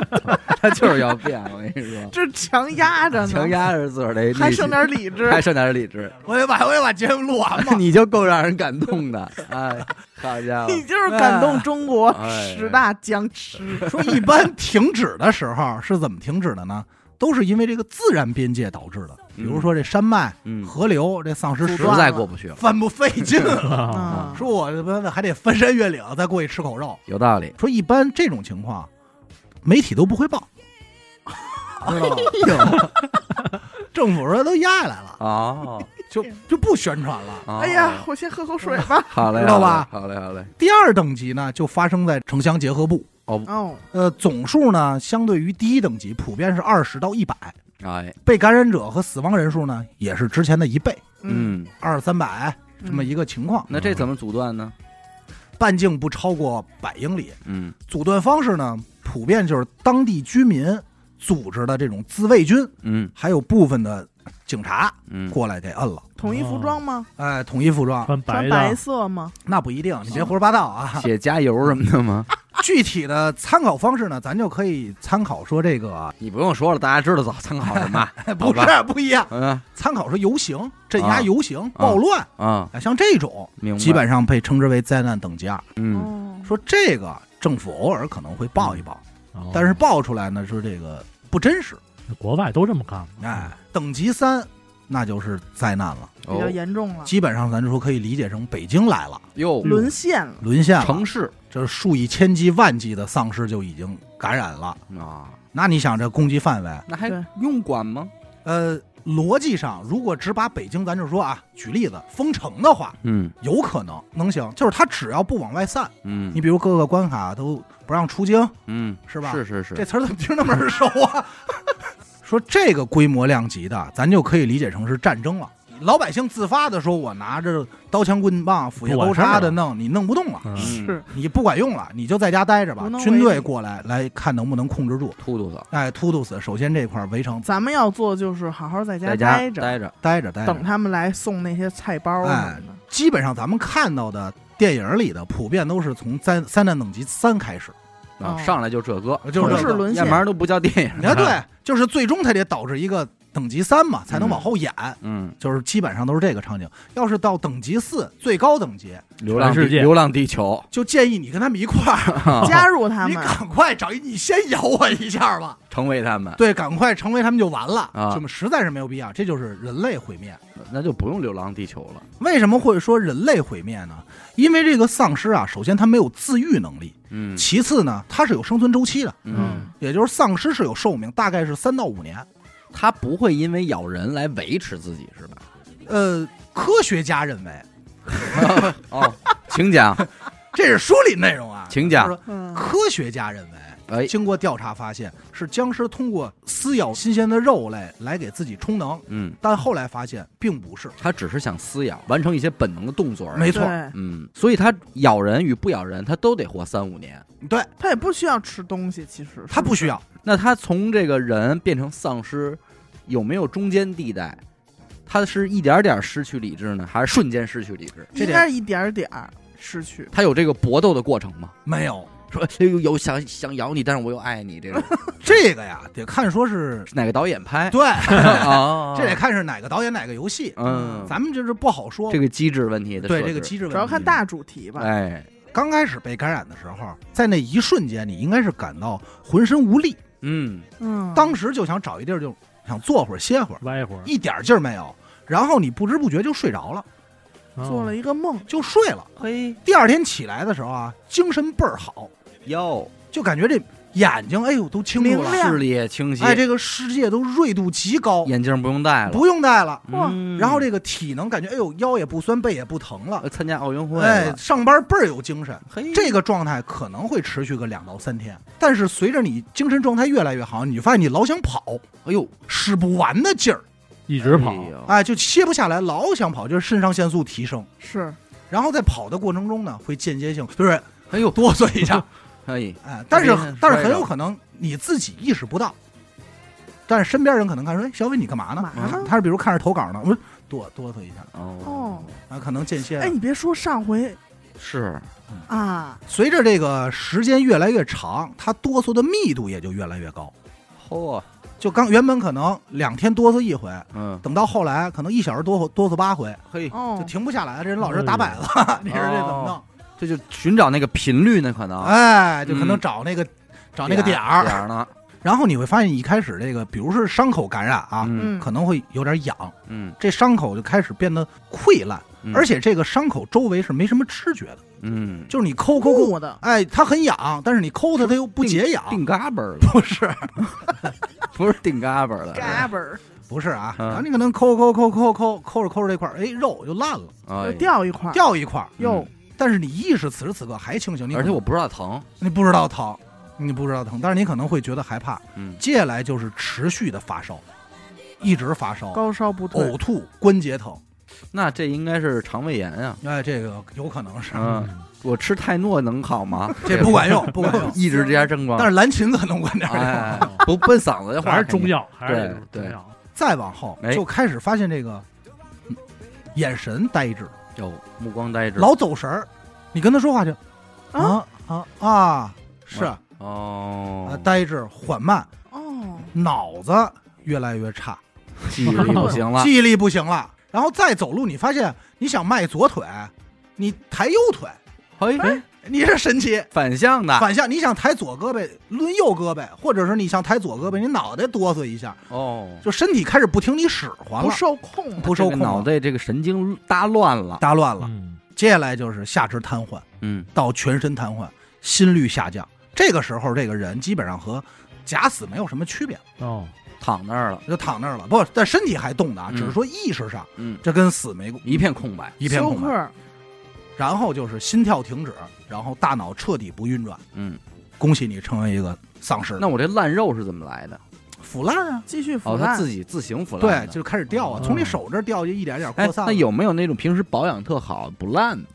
他就是要变，我跟你说，这强压着呢，强压着自个儿的，还剩，点理智。还剩点理智，我也把我也把节目录完 嘛。你就够让人感动的，哎，好啊家伙你，就是感动中国哎十大僵尸，说一般停止的时候是怎么停止的呢？都是因为这个自然边界导致的，比如说这山脉、嗯，河流，这丧尸阻实实断在在了过不去了，翻不费劲 了。啊嗯，说我他妈的还得翻山越岭再过去吃口肉。有道理，说一般这种情况，媒体都不会报，啊知道吗？哎 政府说都压下来了，哦，就就不宣传了。哦哎呀，，我先喝口水吧。好嘞，知道吧好嘞，好嘞，第二等级呢，就发生在城乡结合部。哦，呃，总数呢，相对于第一等级，普遍是二十到一百。好嘞哎，被感染者和死亡人数呢，也是之前的一倍，嗯，嗯，二三百这么一个情况。那这怎么阻断呢？半径不超过百英里，嗯，阻断方式呢，普遍就是当地居民组织的这种自卫军，嗯，还有部分的警察嗯，过来给摁了。统一服装吗？哎，统一服装穿穿白白的，色吗？那不一定，你别胡说八道 啊。写加油什么的吗？具体的参考方式呢，咱就可以参考说这个 你不用说了，大家知道早参考什么， 不好吧，是不一样，嗯参考说游行、镇压啊游行、暴乱，啊，哎，像这种明白，基本上被称之为灾难等级二。嗯，哦，说这个政府偶尔可能会报一报，哦但是报出来呢是这个不真实。国外都这么干嘛。嗯哎，等级三那就是灾难了，哦哦比较严重啊了，基本上咱就说可以理解成北京来了，哟，沦陷了。沦陷了，城市这数以千计万计的丧尸就已经感染了。啊，那你想这攻击范围？那还对用管吗？呃，逻辑上如果只把北京，咱就说啊，举例子封城的话，嗯有可能能行，就是它只要不往外散，嗯你比如各个关卡都不让出京，嗯，是吧？是是是，这词儿怎么听那么耳熟啊？说这个规模量级的，咱就可以理解成是战争了。老百姓自发的说，我拿着刀枪棍棒、斧钺钩叉的弄，你弄不动了，嗯嗯是你不管用了，你就在家待着吧无。能为力军队过来，来看能不能控制住。突突的，哎，突突死！首先这块围城，咱们要做就是好好在在家家着，待着，待着待哎着等。他们来送那些菜包啊什么的。基本上咱们看到的电影里的，普遍都是从灾灾难等级三开始。啊哦上来就这歌，就是城这市个沦要陷不，然都不叫电影。你看，对，就是最终它得导致一个等级三嘛，才能往嗯后演。嗯，就是基本上都是这个场景。要是到等级四最高等级，嗯流浪全世地界流浪地球，就建议你跟他们一块儿，加入他啊你们，赶快找一，你先咬我一下吧。成为他们，对，赶快成为他们就完了。啊这么实在是没有必要，这就是人类毁灭。那就不用流浪地球了。为什么会说人类毁灭呢？因为这个丧尸啊，首先它没有自愈能力，嗯其次呢，它是有生存周期的，嗯，也就是丧尸是有寿命，大概是三到五年。他不会因为咬人来维持自己是吧？呃，科学家认为 哦，请讲，这是书里内容啊，请讲就是说嗯，科学家认为哎经过调查发现，是僵尸通过撕咬新鲜的肉类来给自己充能，嗯，但后来发现并不是，它只是想撕咬，完成一些本能的动作而已。没错，对，嗯，所以它咬人与不咬人，它都得活三五年。对它也不需要吃东西，其实他不需要。要，那它从这个人变成丧尸，有没有中间地带？它是一点点失去理智呢，还是瞬间失去理智？这应点该一点儿点儿失去。它有这个搏斗的过程吗？没有说哎呦有想想咬你，但是我又爱你， 这种这个呀，得看说是哪个导演拍？对，哎 啊，这得看是哪个导演哪个游戏，嗯，咱们就是不好说这。个机制问题的对设这个置机制问题，主要看大主题吧。哎，刚开始被感染的时候，在那一瞬间，你应该是感到浑身无力，嗯，嗯，当时就想找一地儿就想坐会儿歇会儿，歪一会儿一点劲儿没有。然后你不知不觉就睡着了，做了一一个梦，就睡了。嘿，第二天起来的时候啊，精神倍儿好，哟，就感觉这眼睛哎呦都清楚明了，亮视力也清晰，哎，这个世界都锐度极高，眼镜不用戴了，不用戴了。哇嗯然后这个体能感觉哎呦腰也不酸背也不疼了呃，参加奥运会了，哎，上班倍儿有精神。嘿，这个状态可能会持续个两到三天，但是随着你精神状态越来越好，你就发现你老想跑，哎呦，使不完的劲儿，一直跑，哎呦哎，就歇不下来，老想跑，就是肾上腺素提升。是然后在跑的过程中呢，会间接性就是哎呦，哆嗦一下，哎，哎，但别人是摔但是很着有可能你自己意识不到，但是身边人可能看说，哎，小伟你干嘛干呢嘛？嗯呢？他是比如看着投稿呢，嗯，哆哆嗦一下，哦哦，啊，可能间歇了。哎，你别说上回是，啊，随着这个时间越来越长，他哆嗦的密度也就越来越高。嚯，就刚原本可能两天哆嗦一回，嗯，等到后来可能一小时哆嗦哆嗦八回，嘿，哦就，停不下来了。这人老是嗯打摆子， 你说这怎么弄？这就寻找那个频率呢，可能哎，就可能找那个、找那个点儿。哦嗯点儿呢，然后你会发现，一开始这个，比如是伤口感染啊， 嗯嗯，可能会有点痒，嗯，这伤口就开始变得溃烂，嗯而且这个伤口周围是没什么知觉的，嗯，就是你抠抠抠，酷的，哎，它很痒，但是你抠它，它又不解痒，定嗯嘎 嘣儿了，不是不是定嘎嘣儿了，嘎嘣儿不是啊，嗯然后你可能抠抠抠抠抠抠着抠着这块儿，哎，肉就烂了，哎就，掉一块儿，掉一块儿。哟，但是你意识此时此刻还清醒，你而且可能我不知道疼，你不知道疼，你不知道疼，但是你可能会觉得害怕。嗯，接下来就是持续的发烧，一直发烧，高烧不退呕，吐、关节疼，那这应该是肠胃炎啊，哎，这个有可能是，嗯，我吃泰诺能好吗？ 这不 管用，不管 用。一直这样正光，但是蓝琴可能管点用。哎， 不奔嗓子的话哦还是中，药，还是对那种中对药。再往后哎就开始发现这个嗯眼神呆滞，有目光呆滞，老走神儿，你跟他说话就啊啊啊，是啊，哦，呆滞、缓慢，哦，脑子越来越差。记忆力不行了，记忆力不行了，然后再走路，你发现你想迈左腿，你抬右腿，嘿，你这神奇。反向的，反向，你想抬左胳膊抡右胳膊，或者是你想抬左胳膊，你脑袋哆嗦一下，哦，就身体开始不听你使唤了，不受控了，不受控这个脑了，袋这个神经搭乱了，搭乱了。嗯，接下来就是下肢瘫痪嗯，到全身瘫痪，心率下降。这个时候，这个人基本上和假死没有什么区别，哦，躺那儿了，就躺那儿了。不，但身体还动的啊，嗯只是说意识上嗯，这跟死没一片空白，一片休空白克。儿，然后就是心跳停止，然后大脑彻底不运转。嗯，恭喜你成为一个丧尸，那我这烂肉是怎么来的？腐烂啊，继续腐哦，它烂自，己自行腐烂对，的，嗯就开始掉啊，哦从你手这儿掉就一点点哎扩，散了。那有没有那种平时保养特好不烂的？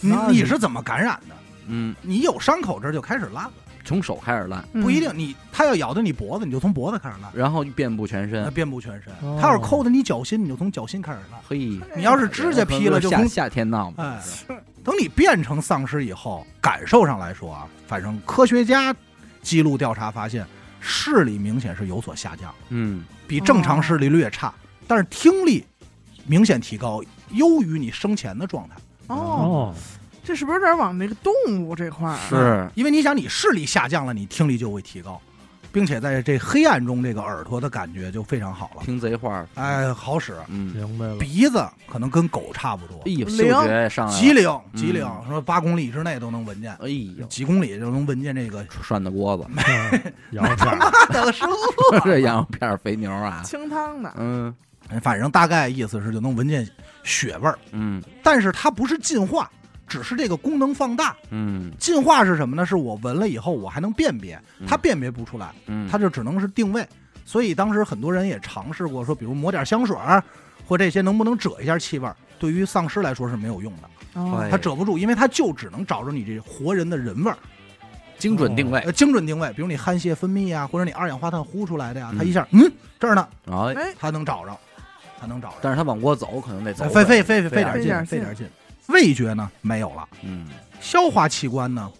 你那你你是怎么感染的？嗯，你有伤口这儿就开始烂，从手开始烂，嗯不一定你他要咬的你脖子，你就从脖子开始烂，然后遍布全那身，遍布全身哦。他要是抠的你脚心，你就从脚心开始烂。嘿，你要是指甲劈了，就夏从夏天闹嘛，哎，等你变成丧尸以后，感受上来说啊，反正科学家记录调查发现，视力明显是有所下降。嗯，比正常视力略差，但是听力明显提高，优于你生前的状态。哦，哦，这是不是有点往那个动物这块儿？是，因为你想，你视力下降了，你听力就会提高，并且在这黑暗中，这个耳朵的感觉就非常好了，听贼话，，哎，好使。嗯，明白了。鼻子可能跟狗差不多哎，呦，嗅觉也上来吉了，岭吉岭嗯说八公里之内都能闻见，哎呦，几公里就能闻见这个涮的锅 子，嗯羊肉片儿，大的生物，这羊肉片儿肥牛啊，清汤的， 嗯反正大概意思是就能闻见血味儿，嗯，但是它不是进化，只是这个功能放大。嗯进化是什么呢？是我闻了以后我还能辨别，它辨别不出来，嗯，它就只能是定位。所以当时很多人也尝试过说，比如抹点香水儿啊或这些能不能遮一下气味儿。对于丧尸来说是没有用的，哦哎它遮不住，因为它就只能找着你这活人的人味儿，精准定位，呃，精准定位。比如你汗液分泌啊，或者你二氧化碳呼出来的呀、嗯它一下，嗯，这儿呢，哎，哎，它能找着，它能找着。但是他往窝走可能得走哎会，费费费费费费点点劲劲，费点劲。味觉呢没有了，嗯，消化器官呢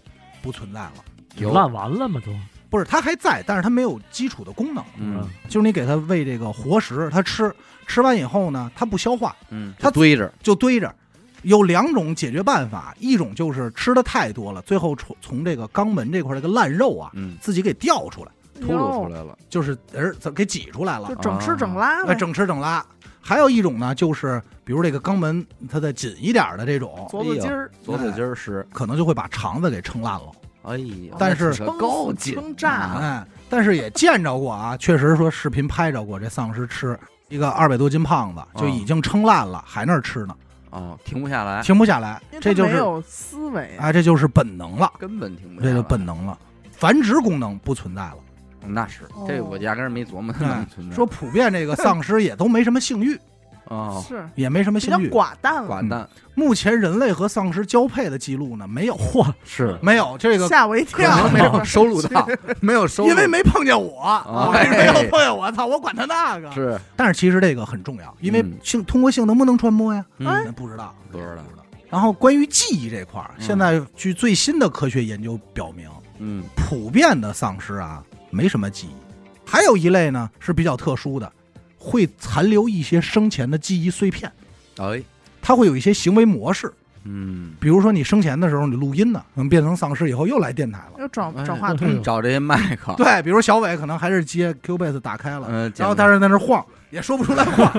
不存在了， 有烂完了嘛都，不是它还在，但是它没有基础的功能了。嗯就是你给它喂这个活食，它吃，吃完以后呢，它不消化，嗯，它就堆着，就堆着。有两种解决办法，一种就是吃的太多了，最后从从这个肛门这块儿这个烂肉啊，嗯，自己给掉出来，秃噜出来了，就是儿怎给挤出来了就，整吃整拉哎，呗，整吃整拉。还有一种呢，就是比如这个肛门它的紧一点儿的这种，左左筋儿，左腿筋儿湿，可能就会把肠子给撑烂了。哎呀， 但是这够紧，撑嗯炸了哎，但是也见着过啊，确实说视频拍着过这丧尸吃一个二百多斤胖子，就已经撑烂了，还那儿吃呢，啊，停不下来，停不下来因为。它这就没是有思维啊，哎，这就是本能了，根本停不下这来，嗯就本能了，繁殖功能不存在了。那是哦这我压根儿没琢磨哎能存在，说普遍这个丧尸也都没什么性 欲，啊，是也没什么比性较欲。寡淡了。寡淡目前人类和丧尸交配的记录呢，没 有，嚯，是没有这个，吓我一可跳，能没有收录到，啊 没有收录，因为没碰见我，啊哦哎没有碰见我，操，我管他那个。是但是其实这个很重要，因为嗯性通过性能不能传播呀？哎嗯那不知道，不知道不知道。然后关于记忆这块儿，嗯现在据最新的科学研究表明，嗯普遍的丧尸啊没什么记忆，还有一类呢是比较特殊的，会残留一些生前的记忆碎片，哎它会有一些行为模式，嗯。比如说你生前的时候你录音呢，嗯，变成丧尸以后又来电台了，又转哎转话筒，嗯找这些麦克，对，比如小伟可能还是接 Q Base 打开了，嗯，然后但是在那儿晃，也说不出 来话，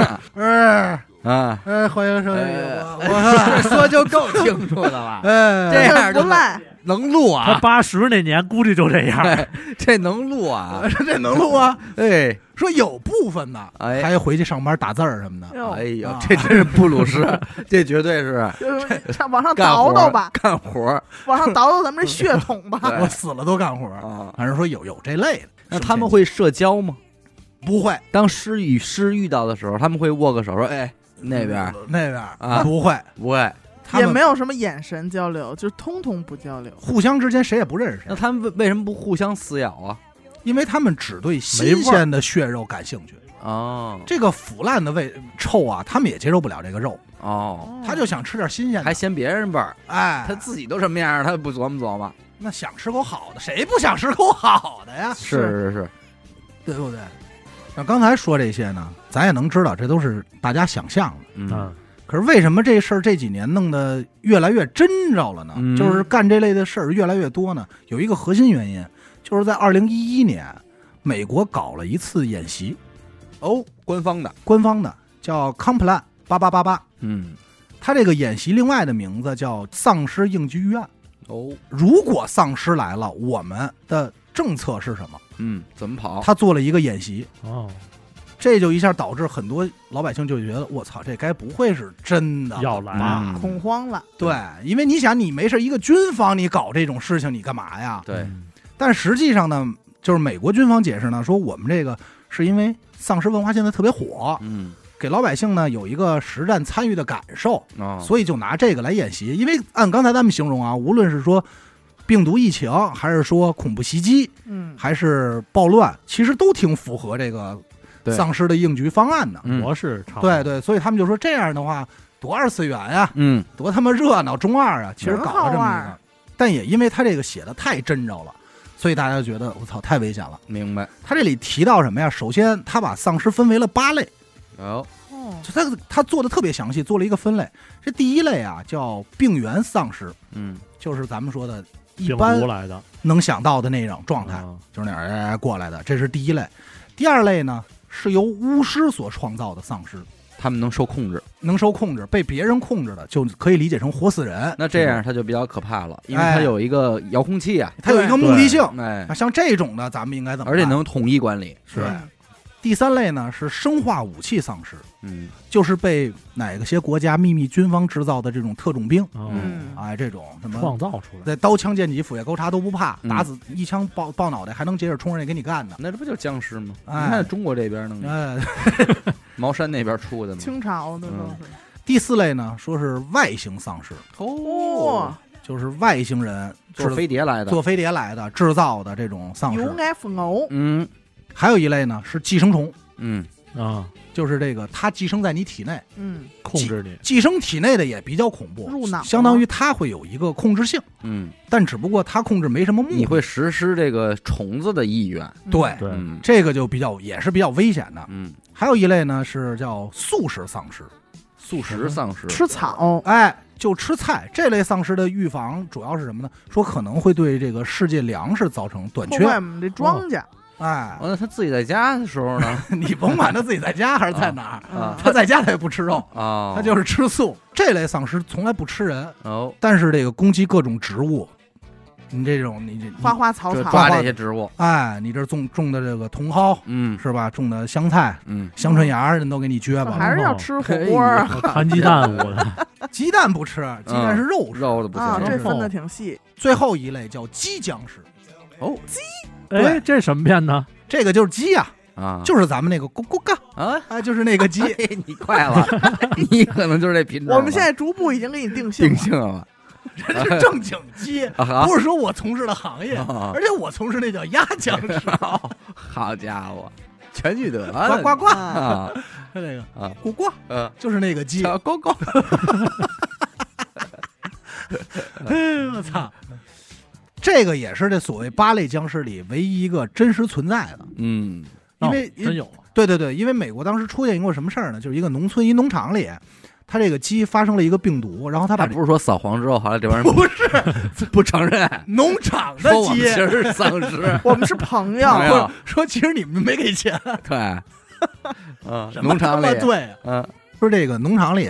呃是啊，呃，欢迎收听哎 我我，说就够清楚的了哎这样不就赖， 能录他啊，八十那年估计就这样， 这能录 啊， 这能录啊？哎，说有部分呢，哎还回去上班打字儿什么的。哟哎，呀啊，这真是布鲁 斯，这绝对是就是上往上干倒活倒吧，干活儿往上倒倒咱们这血统吧。对我死了都干活儿，哎啊。反正说有有这类的。那他们会社交吗？不会当师与师遇到的时候，他们会握个手说：“哎，那边儿那边儿啊不会，不会。他也们没有什么眼神交流，就通通不交流。互相之间谁也不认识”那谁，他们为为什么不互相撕咬啊？因为他们只对没新味儿鲜的血肉感兴趣。哦这个腐烂的味臭啊，他们也接受不了这个肉，哦，他就想吃点新鲜还的。嫌别人味儿，哎，他自己都什么样儿，他不琢磨琢磨？那想吃口好的，谁不想吃口好的呀？是是是，对不对？那刚才说这些呢，咱也能知道，这都是大家想象的。嗯嗯，可是为什么这事儿这几年弄得越来越真着了呢？嗯就是干这类的事儿越来越多呢？有一个核心原因，就是在二零一一年，美国搞了一次演习，哦，官方的，官方的叫 Complan 八八八八，嗯它这个演习另外的名字叫丧尸应急预案。哦，如果丧尸来了，我们的政策是什么？嗯，怎么跑？他做了一个演习，嗯哦，这就一下导致很多老百姓就觉得，我操，这该不会是真的要来吧嗯恐慌了，对，因为你想，你没事一个军方，你搞这种事情，你干嘛呀？对，嗯但实际上呢，就是美国军方解释呢，说我们这个是因为丧尸文化现在特别火，嗯给老百姓呢有一个实战参与的感受，哦，所以就拿这个来演习。因为按刚才咱们形容啊，无论是说病毒疫情，还是说恐怖袭击，嗯，还是暴乱，其实都挺符合这个对丧尸的应急方案的。嗯模式差不多对对，所以他们就说这样的话多二次元呀、嗯多他妈热闹，中二啊！其实搞了这很好么玩一个儿，但也因为他这个写的太真着了，所以大家觉得我操太危险了。明白。他这里提到什么呀？首先，他把丧尸分为了八类，哦，哦，就他他做的特别详细，做了一个分类。这第一类啊叫病原丧尸，嗯就是咱们说的一病般毒来的能想到的那种状态，啊就是那样哎哎过来的，这是第一类。第二类呢是由巫师所创造的丧尸，他们能受控制，能受控制，被别人控制的，就可以理解成活死人。嗯那这样他就比较可怕了，因为哎他有一个遥控器啊，它有一个目的性，哎那，像这种的，咱们应该怎么办？而且能统一管理，是嗯第三类呢是生化武器丧尸，嗯就是被哪个些国家秘密军方制造的这种特种兵，嗯，嗯，哎，这种什么创造出来，在刀枪剑戟斧钺钩叉都不怕，嗯打死一枪爆爆脑袋还能接着冲上去给你干呢。那这不就是僵尸吗？你哎看中国这边弄的，呃，茅山那边出的吗？清朝的都是。第四类呢说是外星丧尸，嗯哦，就是外星人坐制飞碟来的，坐飞碟来的制造的这种丧尸牛。F 牛，嗯还有一类呢是寄生虫，嗯啊，就是这个它寄生在你体内，嗯，控制 你，寄生体内的也比较恐怖，入脑相当于它会有一个控制性，嗯，但只不过它控制没什么目的。你会实施这个虫子的意愿，嗯对对，嗯这个就比较也是比较危险的。嗯，还有一类呢是叫素食丧尸，素食丧尸，吃草，哎，就吃菜这类丧尸的预防主要是什么呢？说可能会对这个世界粮食造成短破缺坏。我们这庄稼。哦哎， 完了，他自己在家的时候呢，你甭管他自己在家还是在哪儿，啊嗯他在家他也不吃肉，啊，哦他就是吃素。这类丧尸从来不吃人，哦，但是这个攻击各种植物，你这种你这花花草就草，抓这些植物，哎，你这种种的这个茼蒿嗯是吧？种的香菜、嗯，香椿芽儿，人都给你撅这吧。还是要吃火锅儿啊我弹鸡蛋我 的，鸡蛋不吃，鸡蛋是肉食。肉的不啊，行，这分的挺细。嗯最后一类叫鸡僵尸，哦哎，这什么片呢？这个就是鸡呀、啊，就是咱们那个咕咕嘎，啊， 哎，就是那个鸡。嘿你快了， 你可能就是这品种了，我们现在逐步已经给你定性定了，性了这是正经鸡， 啊哈不是说我从事的行业，啊而且我从事那叫鸭僵尸，好家伙，全聚德呱了呱呱，啊，啊那个啊，咕呱呃，就是那个鸡。小狗狗， 哎我操！这个也是这所谓八类僵尸里唯一一个真实存在的，嗯因为哦真有啊，对对对，因为美国当时出现过什么事儿呢？就是一个农村一农场里，它这个鸡发生了一个病毒，然后它把他不是说扫黄之后，后来这帮人哎不是不承认，农场的说我们鸡其实是丧尸 我们是朋友，朋友说说其实你们没给钱，对，嗯，什么农场里 他妈，对，嗯说这个农场里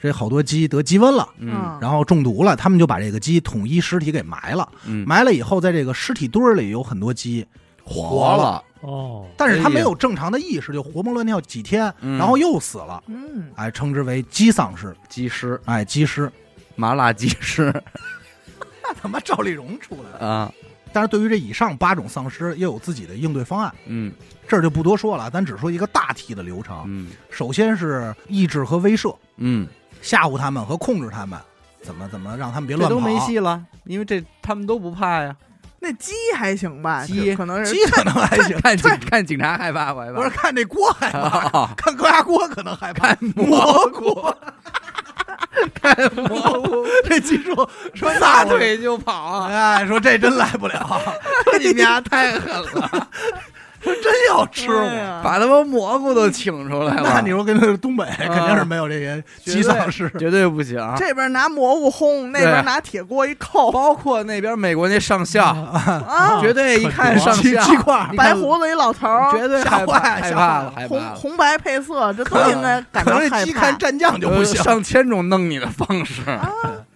这好多鸡得鸡瘟了，嗯然后中毒了，他们就把这个鸡统一尸体给埋了，嗯，埋了以后，在这个尸体堆儿里有很多鸡，活了，哦，但是它哎呀没有正常的意识，就活蹦乱跳几天，嗯然后又死了，嗯，哎，称之为鸡丧尸，鸡尸，哎，鸡尸。麻辣鸡尸那他妈赵丽蓉出来 了。啊，但是对于这以上八种丧尸，也有自己的应对方案，嗯这儿就不多说了，咱只说一个大体的流程。嗯首先是抑制和威慑，嗯，吓唬他们和控制他们，怎么怎么让他们别这乱跑。都没戏了，因为这他们都不怕呀，那鸡还行吧，鸡可能是鸡可能还 行，看警看警察害怕不害我是怕？看这锅害怕， 啊看高压锅可能害怕。蘑菇， 看蘑菇，这鸡说说撒撒，腿就跑啊！ 哎，说这真来不了， 你们家太狠了，说真要吃哎我。呀 把他妈蘑菇都请出来了。那你说跟东北肯定是没有这些鸡丧尸，嗯绝对不行。这边拿蘑菇烘，那边啊对拿铁锅一扣包括那边美国那上校，啊，绝对一看上鸡校， 鸡块儿你白看胡子一老头儿，绝对害怕吓坏害吓怕坏了，害怕红了。红白配色，这都可能应该感可到能这害鸡看怕。蘸酱就不有行。呃上千种弄你的方式。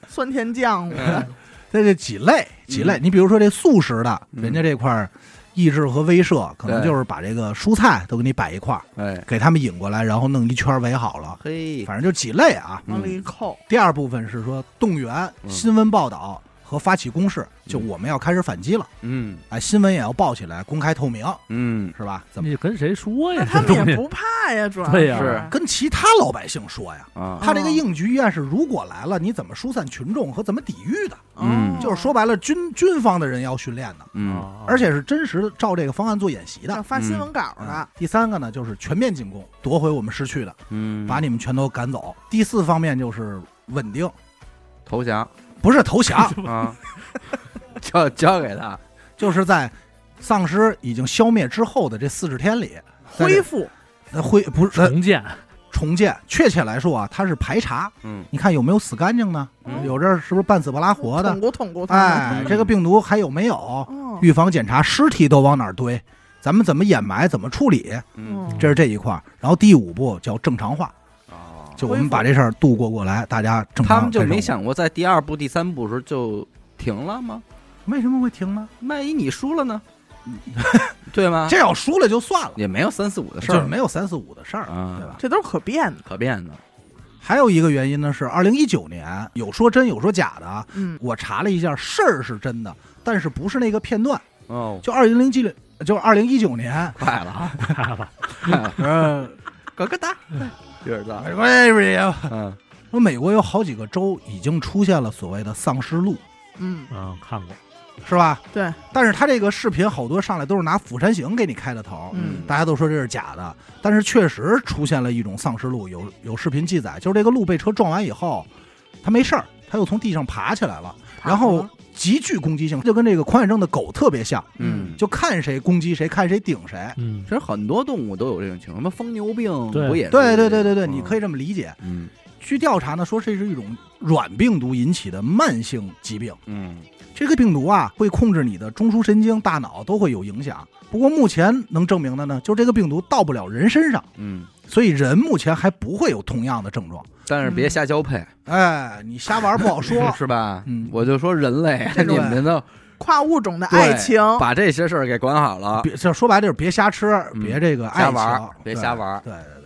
酸甜酱，呃嗯 这这几类几类，你比如说这素食的，嗯人家这块儿抑制和威慑，可能对就是把这个蔬菜都给你摆一块儿，哎，给他们引过来，然后弄一圈儿围好了，嘿，反正就几类啊。往里一扣，第二部分是说动员、嗯新闻报道和发起攻势，就嗯我们要开始反击了，嗯哎，新闻也要报起来，公开透明，嗯，是吧？怎么你跟谁说呀？他们这东也西不怕呀，主要对呀跟其他老百姓说呀？啊，他这个应急预案是，如果来了，你怎么疏散群众和怎么抵御的？哦嗯啊就是说白了，军军方的人要训练的，嗯啊而且是真实的照这个方案做演习的啊要。发新闻稿的，第三个呢，就是全面进攻，夺回我们失去的，嗯，把你们全都赶走。第四方面就是稳定，投降不是投降，啊， 交交给他。就是在丧尸已经消灭之后的这四十天里，在恢复呃恢不是呃重建， 重建，确切来说啊，它是排查，嗯你看有没有死干净呢？嗯有这儿是不是半死不拉活的捅？咕捅咕他们，哎嗯，这个病毒还有没有？嗯，预防检查，尸体都往哪儿堆？咱们怎么掩埋？怎么处理？嗯嗯这是这一块儿。然后第五步叫正常化，哦，就我们把这事儿度过过来，大家正常。他们就没，想过在第二部、第三部时候就停了吗？为什么会停呢？ 万一你输了呢？对吗？这要输了就算了，也没有三四啊五的事就是儿没有三四五的事儿啊了，对吧？这都是可变的。可变的。还有一个原因呢是，二零一九年有说真有说假的啊，嗯，我查了一下，事儿是真的，但是不是那个片段， 哦，就二零零七，就是二零一九年，快了啊，嗯，咯咯哒， 有点大。美国也是一样嗯，说美国有好几个州已经出现了所谓的丧尸路，嗯，嗯，看过，是吧？对，但是他这个视频好多上来都是拿《釜山行》给你开的头，嗯大家都说这是假的，但是确实出现了一种丧尸路，有有视频记载，就是这个鹿被车撞完以后，他没事儿，他又从地上爬起来了，然后极具攻击性，就跟这个狂犬症的狗特别像，嗯，就看谁攻击谁，看谁顶谁。嗯其，实很多动物都有这种情况，什么疯牛病对不也是对对对对对，你可以以，这么理解。嗯据调查呢，说这是一种软病毒引起的慢性疾病。嗯，这个病毒啊，会控制你的中枢神经、大脑都会有影响。不过目前能证明的呢，就是这个病毒到不了人身上，嗯，所以人目前还不会有同样的症状。但是别瞎交配，。哎，你瞎玩不好说 是吧？嗯我就说人类，这你种们都跨物种的爱情，把这些事儿给管好了，别这说白了就是别瞎吃，别这个爱瞎情玩儿，别对瞎玩儿。对对对。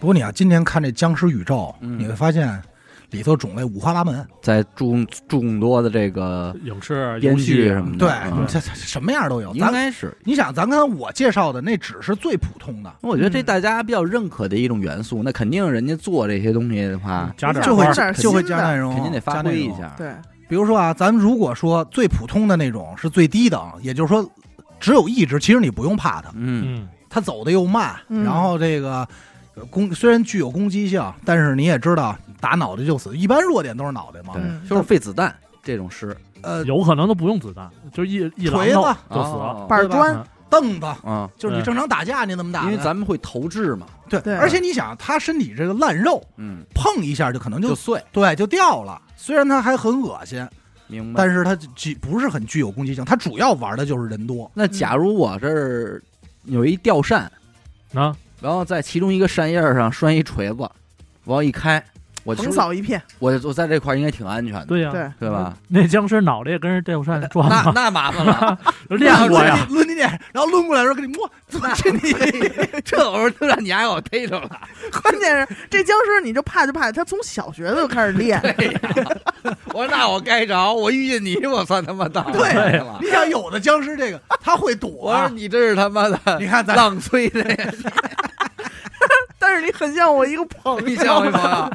不过你啊，今天看这僵尸宇宙，嗯你会发现里头种类五花八门。在众众多的这个影视编剧什么的，对，嗯这这什么样都有。应咱该是。你想，咱刚才我介绍的那只是最普通的，我觉得这嗯大家比较认可的一种元素，那肯定人家做这些东西的话，嗯加点就会花儿加点就会新的加内容，肯定得发嗯哦加内挥容一。下。对，比如说啊，咱们如果说最普通的那种是最低等，也就是说只有一只，其实你不用怕它，嗯，嗯，它走的又慢，嗯然后这个呃攻虽然具有攻击性，啊但是你也知道打脑袋就死，一般弱点都是脑袋嘛。嗯对，就是废子弹这种诗，呃，有可能都不用子弹，就一一榔锤头子就死了。哦板儿砖，凳子，嗯，就是你对正常打架你怎么打因呢？为咱们会投掷嘛，对，对而且你想，他身体这个烂肉嗯，碰一下就可能就就碎，对就掉了。虽然它还很恶心，明白。但是它具不是很具有攻击性，它主要玩的就是人多。那假如我这儿有一吊扇，啊，然后在其中一个扇叶儿上拴一锤子，我要一开，我其横实扫一片，我我在这块儿应该挺安全的，对呀，嗯对，对吧？那僵尸脑袋也跟人电 风扇撞那 了，那麻烦了，练过呀，抡你脸，然后抡过来的时候给你摸，这你这我就让你挨我逮着了，关键是这僵尸，你就怕就怕他从小学就开始练，我说那我该着，我遇见你我算他妈到对位了。 你想有的僵尸这个他会躲、啊我说你这是他妈的你 看咱浪吹 的，但是你很像我一个朋友，你像我朋友，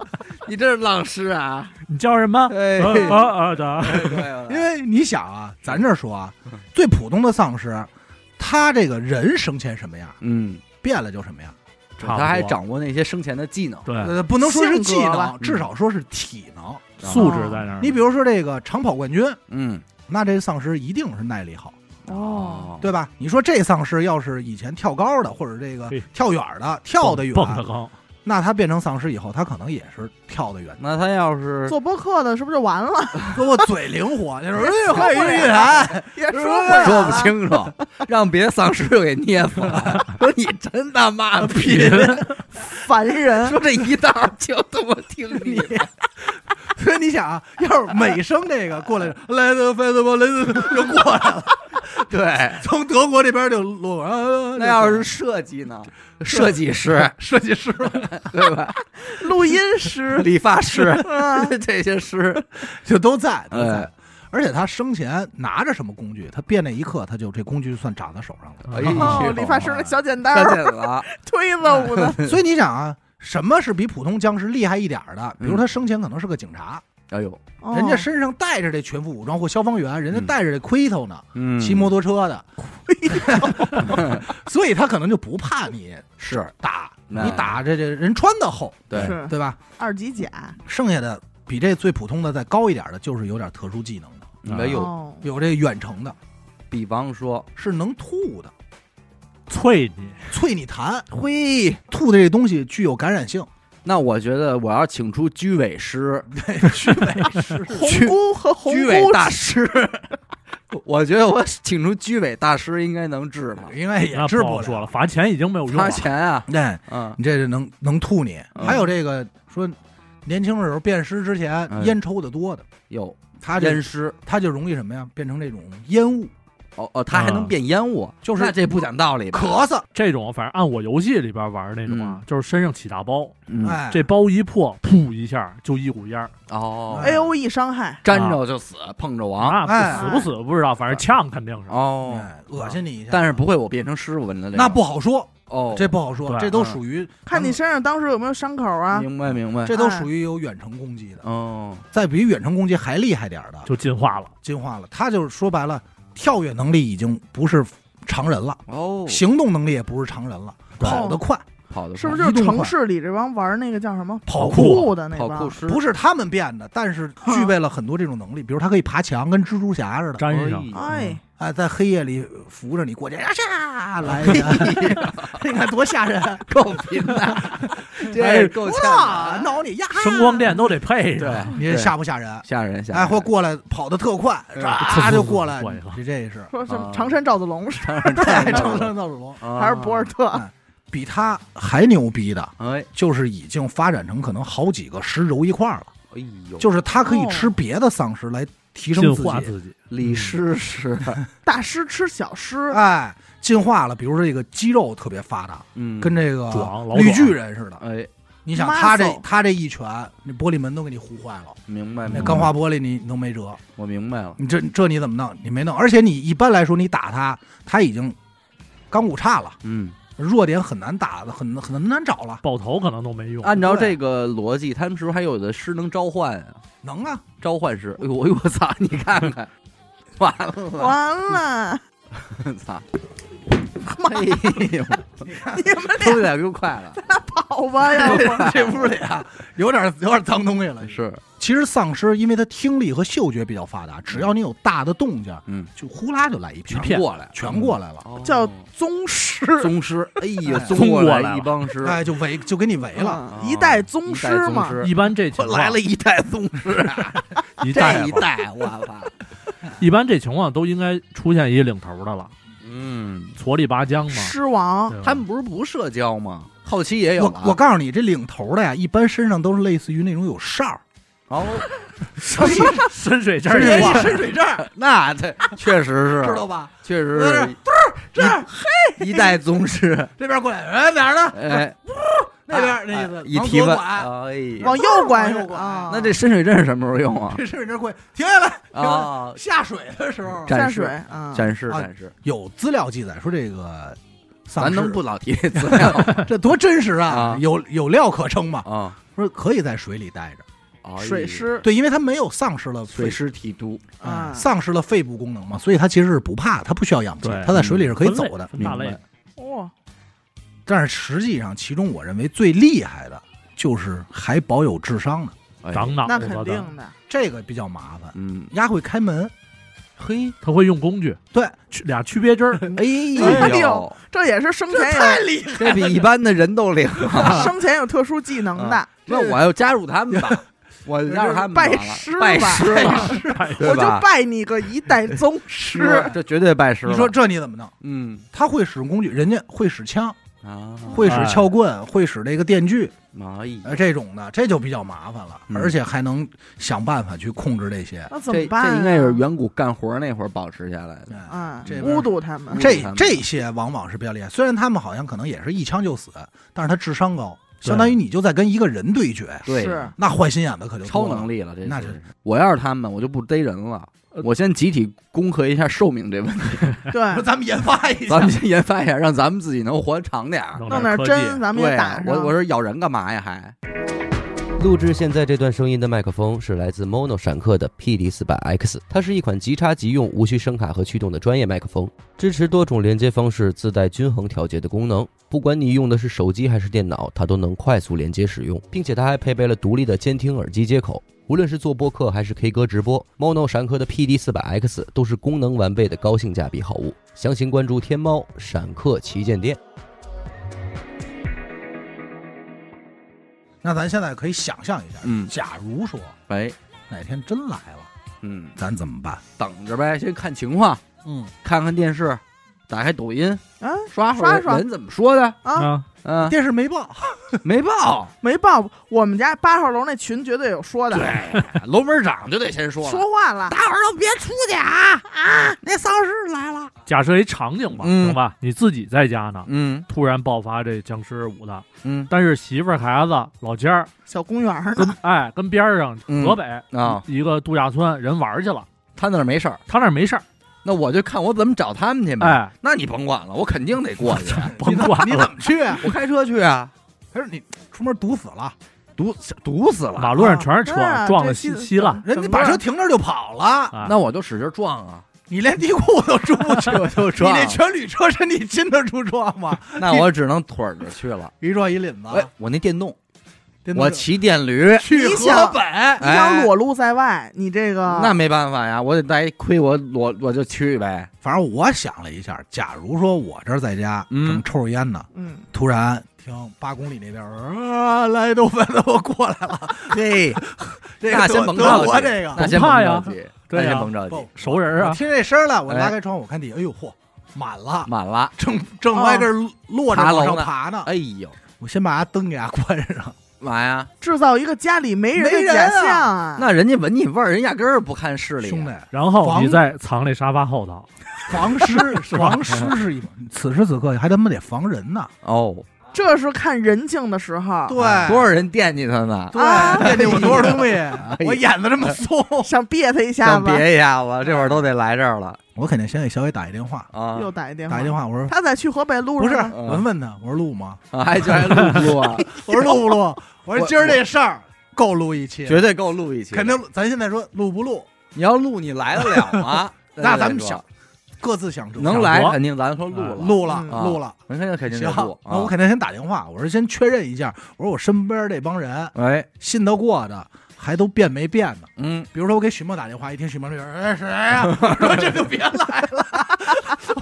你这是浪师 啊！你叫什么？哎，啊啊啊的！嗯因为你想啊，咱这儿说啊，最普通的丧尸，他这个人生前什么样，嗯，变了就什么样。差不多他还嗯掌握那些生前的技能，对，呃，不能说是技性格吧能，至少说是体能。素质在那儿。你比如说这个长跑冠军，嗯，。那这丧尸一定是耐力好，哦，对吧？你说这丧尸要是以前跳高的，或者这个嘿跳远的，跳得远，蹦得高，那他变成丧尸以后，他可能也是跳得远那他要是做播客的是不是就 完了？说我嘴灵活，你说 哎，欢迎不了玉兰，也说啊说了说不清楚，让别的丧尸给捏死了， 说你真他妈贫，烦人， 说这一道就他妈听你 的， 所以你想啊，要是美声这个过来，来自菲律宾，来自就过来了，对。从德国这边就落过来。啊那要是设计呢？ 设计师、设计师，对吧？录音 师，理发师啊，这些师，就都在，都在哎。而且他生前拿着什么工具，他变那一刻，他就这工具算长在手上了。哎哦呦，理发师的小剪刀看见儿，了，推 子舞的，所以你想啊，什么是比普通僵尸厉害一点儿的？比如嗯他生前可能是个警察， 哎呦，哦人家身上带着这全副武装或消防员，人家嗯带着这盔头呢，嗯骑摩托车的， 所以他可能就不怕你是打，那你打这这人穿的厚，对，是对吧？二级甲，哎剩下的比这最普通的再高一点的，就是有点特殊技能的，哎呦，哦，有这远程的，比方说，是能吐的，啐你，啐你痰， 嘿，吐的这东西具有感染性，那我觉得我要请出居委师、虚伪是红菇和红居委菇大师， 我觉得我请出居委大师应该能治吧？应哎该也那治不好了说。了，罚钱已经没有用花了。钱啊，那嗯，你这是能能吐你，嗯还有这个说，年轻的时候辨识之前哎烟抽的多的，有他这烟师他就容易什么呀？变成这种烟雾，哦哦，它还能啊变烟雾，就是那这不讲道理吧。咳嗽，这种反正按我游戏里边玩那种啊，就是身上起大包，嗯哎，这包一破，噗一下就一股烟儿，哦， A O E 伤害，沾着就死，碰着亡。那哎啊不死不死不知道，反正呛肯定是。哦，哎恶心你一下，但是不会我变成师傅闻的这个那不好说，哦，这不好说，对这都属于嗯看你身上当时有没有伤口啊？明白明白。这都属于有远程攻击的，哦，再比远程攻击还厉害点儿的，就进化了，进化了，他就是说白了，跳跃能力已经不是常人了，哦，行动能力也不是常人了，对跑得快，跑的是不是？是就是城市里这帮玩那个叫什么跑酷酷的那跑酷 帮？师不是他们变的，但 是具备了很多这种能力，比如他可以爬墙，跟蜘蛛侠似的，粘上哎呀哎，哎，在黑夜里扶着你过去，啊 下来一下， 你看多吓人，够贫的，这是够呛哇，的。挠你呀， 声光电都得配对上。，你这吓不吓人？吓人吓人。哎，或过来跑得特快，哎唰就过来过去了，这这也 是，说什么啊长山赵子龙是当然哎，太长生赵子龙还还是博尔？啊特？比他还牛逼的，哎就是已经发展成可能好几个石揉一块儿了，哎呦，就是他可以吃别的丧尸来提升进哦自化己，自己，李师师，大师吃小啊师，哎，进化了，比如说这个肌肉特别发达，嗯，跟这个壮老绿壮巨人似的，哎，你想他这 Muscle 他这一拳，那玻璃门都给你呼坏了，明白那明白，钢化玻璃你你都没辙，我明白了。你这这你怎么弄？你没弄，而且你一般来说你打他，他已经钢骨差了，嗯，弱点很难打的，很很很难找了。爆头可能都没用。按照这个逻辑，他们是不是还有的师能召唤啊？能啊，召唤师，哎呦哎呦我操！你看看，完了，完了， 操！哎呦，你们偷点又快了，跑吧，要不 这屋里啊，有点有点脏东西 了。是，其实丧尸因为它听力和嗅觉比较发达，只要你有大的动静，嗯，就呼啦就来一片，全过来，全过来了，哦叫宗师，宗师，哎呀，哎宗宗过来一了帮师，哎，就围就给你围了。哦，一代宗师一代宗嘛师一般这情况来了一代宗师啊，一代这一吧代，我操，一般这情况都应该出现一领头的了，嗯，矬里拔将嘛。狮王对吧他 们不是不社交吗？后期也有啊我了我告诉你，这领头的呀，一般身上都是类似于那种有哨儿，哦，深水这深水儿哇深哎水证，那 这确实是，知道吧？确实在这是儿，这儿一代宗师，这边过来，哎，哪儿呢？ 哎，那边儿啊那意啊思，一往提左问，拐哎呀 往，右拐 往右拐啊，那这深水证什么时候用啊？ 这是这会停下来，停下来啊， 下水的时候展下示水啊，展示啊展示，有资料记载说这个丧咱尸能不老提这 资料吗这多真实啊啊？有有料可称嘛？啊？说可以在水里待着，哎水师对，因为它没有丧失了水嗯肺师提督，啊，丧失了肺部功能嘛，所以它其实是不怕，它不需要氧气对，嗯它在水里是可以走分类的。分大类明白哇，但是实际上，其中我认为最厉害的就是还保有智商的，哎挡挡那我肯操定的，这个比较麻烦。嗯，丫会开门，嘿，他会用工具，对，去俩区别针儿，哎哎呦呦，这也是生 前有厉害。这比一般的人都灵 啊！生前有特殊技能的，那我要加入他们 吧，我加入他们拜完了师拜吧师 了，我对就吧？拜你个一代宗师师，，这绝对拜师了。你说这你怎么弄？嗯他会使用工具，人家会使枪，啊，会使撬棍，会使这个电锯，哎呀，呃，这种的，这就比较麻烦了，嗯而且还能想办法去控制这些。那怎这么办啊？这应该是远古干活那会儿保持下来的。哎啊这，边侮辱他们嗯，这他们这些往往是比较厉害，虽然他们好像可能也是一枪就死，但是他智商高，对相当于你就在跟一个人对决，对，是那坏心眼子可就超多了能。力了，这那是是我要是他们，我就不逮人了呃。我先集体攻克一下寿命这问题，说对，咱们研发 一咱下们，先研发一下，让咱们自己能活长点儿。弄弄点科针技。咱们对啊也打，我上我。说咬人干嘛呀？还录制现在这段声音的麦克风是来自 Mono 闪客的 PD 4 0 0 X，它是一款即插即用、无需声卡和驱动的专业麦克风，支持多种连接方式，自带均衡调节的功能。不管你用的是手机还是电脑，它都能快速连接使用，并且它还配备了独立的监听耳机接口。无论是做播客还是 K 歌直播，Mono 闪客的 PD 4 0 0 X 都是功能完备的高性价比好物。详情关注天猫闪客旗舰店。那咱现在可以想象一下，嗯假如说哎，哪天真来了，嗯，咱怎么办？等着呗，先看情况，嗯，看看电视，打开抖音，啊刷会刷儿刷人怎么说的？啊，啊，嗯，电视没报， 没报，没报，我们家八号楼那群绝对有说的，哎楼门长就得先说了说话了，大伙儿都别出去啊啊！那丧尸来了，假设一场景吧，嗯行吧，你自己在家呢，嗯突然爆发这僵尸舞的，嗯但是媳妇儿、孩子、老家儿，小公园儿跟哎跟边儿上嗯河北啊，一个度假村人玩儿去了，他那儿没事儿，他那儿没事儿，那我就看我怎么找他们去呗。哎，那你甭管了，我肯定得过去，甭你怎管你了，怎么去啊？我开车去啊，他说你出门堵死了，堵堵死了，马路上全是车，啊撞的这稀西稀烂。人家把啊车停那儿就跑了，哎那我就使劲撞啊，你连地库都出不去，我就你撞，那全铝车是你亲自出撞吗？ 那我只能腿儿着去了。一撞一领子，哎，我那电动，电动我车骑电驴，去你河想北，你想裸露在外，你这个那没办法呀，我得带一盔，我裸我就去呗。反正我想了一下，假如说我这儿在家嗯正抽着烟呢，嗯，突然听八公里那边啊，来都奔我过来了，嘿，这个那先得甭得着急我这个那先甭着急，那对呀先甭着急啊不，熟人我啊，听这声儿了，我哎拉开窗户，我看底下，哎呦嚯，满了，满了。正正歪这儿落着爬楼往上呢爬呢，哎呦，我先把灯给它关上，嘛呀？制造一个家里没人没的人假啊象啊！那人家闻你味儿，人压根儿不看视力。啊 兄弟，然后防你再藏那沙发后头，防尸防尸是一门，此时此刻还他妈得防人呢，哦，这是看人性的时候，哎多少哎人惦记他呢？啊对，这我多少 东西，我眼子这哎么松， 想别他一下想子，别一下子，这会儿都得来这儿了我肯定先给小伟打一电话，啊！又打一电话，打一电话，我说他在去河北路不是，嗯上呢，我问他，我说录吗？啊还就还录不录 啊？我说录不录？我说我今儿这事儿够录一期，绝对够录一期，肯定。录。咱现在说录不录，你要录，你来得了 吗？那咱们再想说各自想辙。能来，肯定咱说录啊了，录了嗯啊录了，肯定肯定行得录。，啊那我肯肯定先打电话，我说先确认一下，我说我身边这帮人哎，信得过的，还都变没变呢？嗯，比如说我给许墨打电话，一听许墨这边，哎谁 呀？我说这就别来了，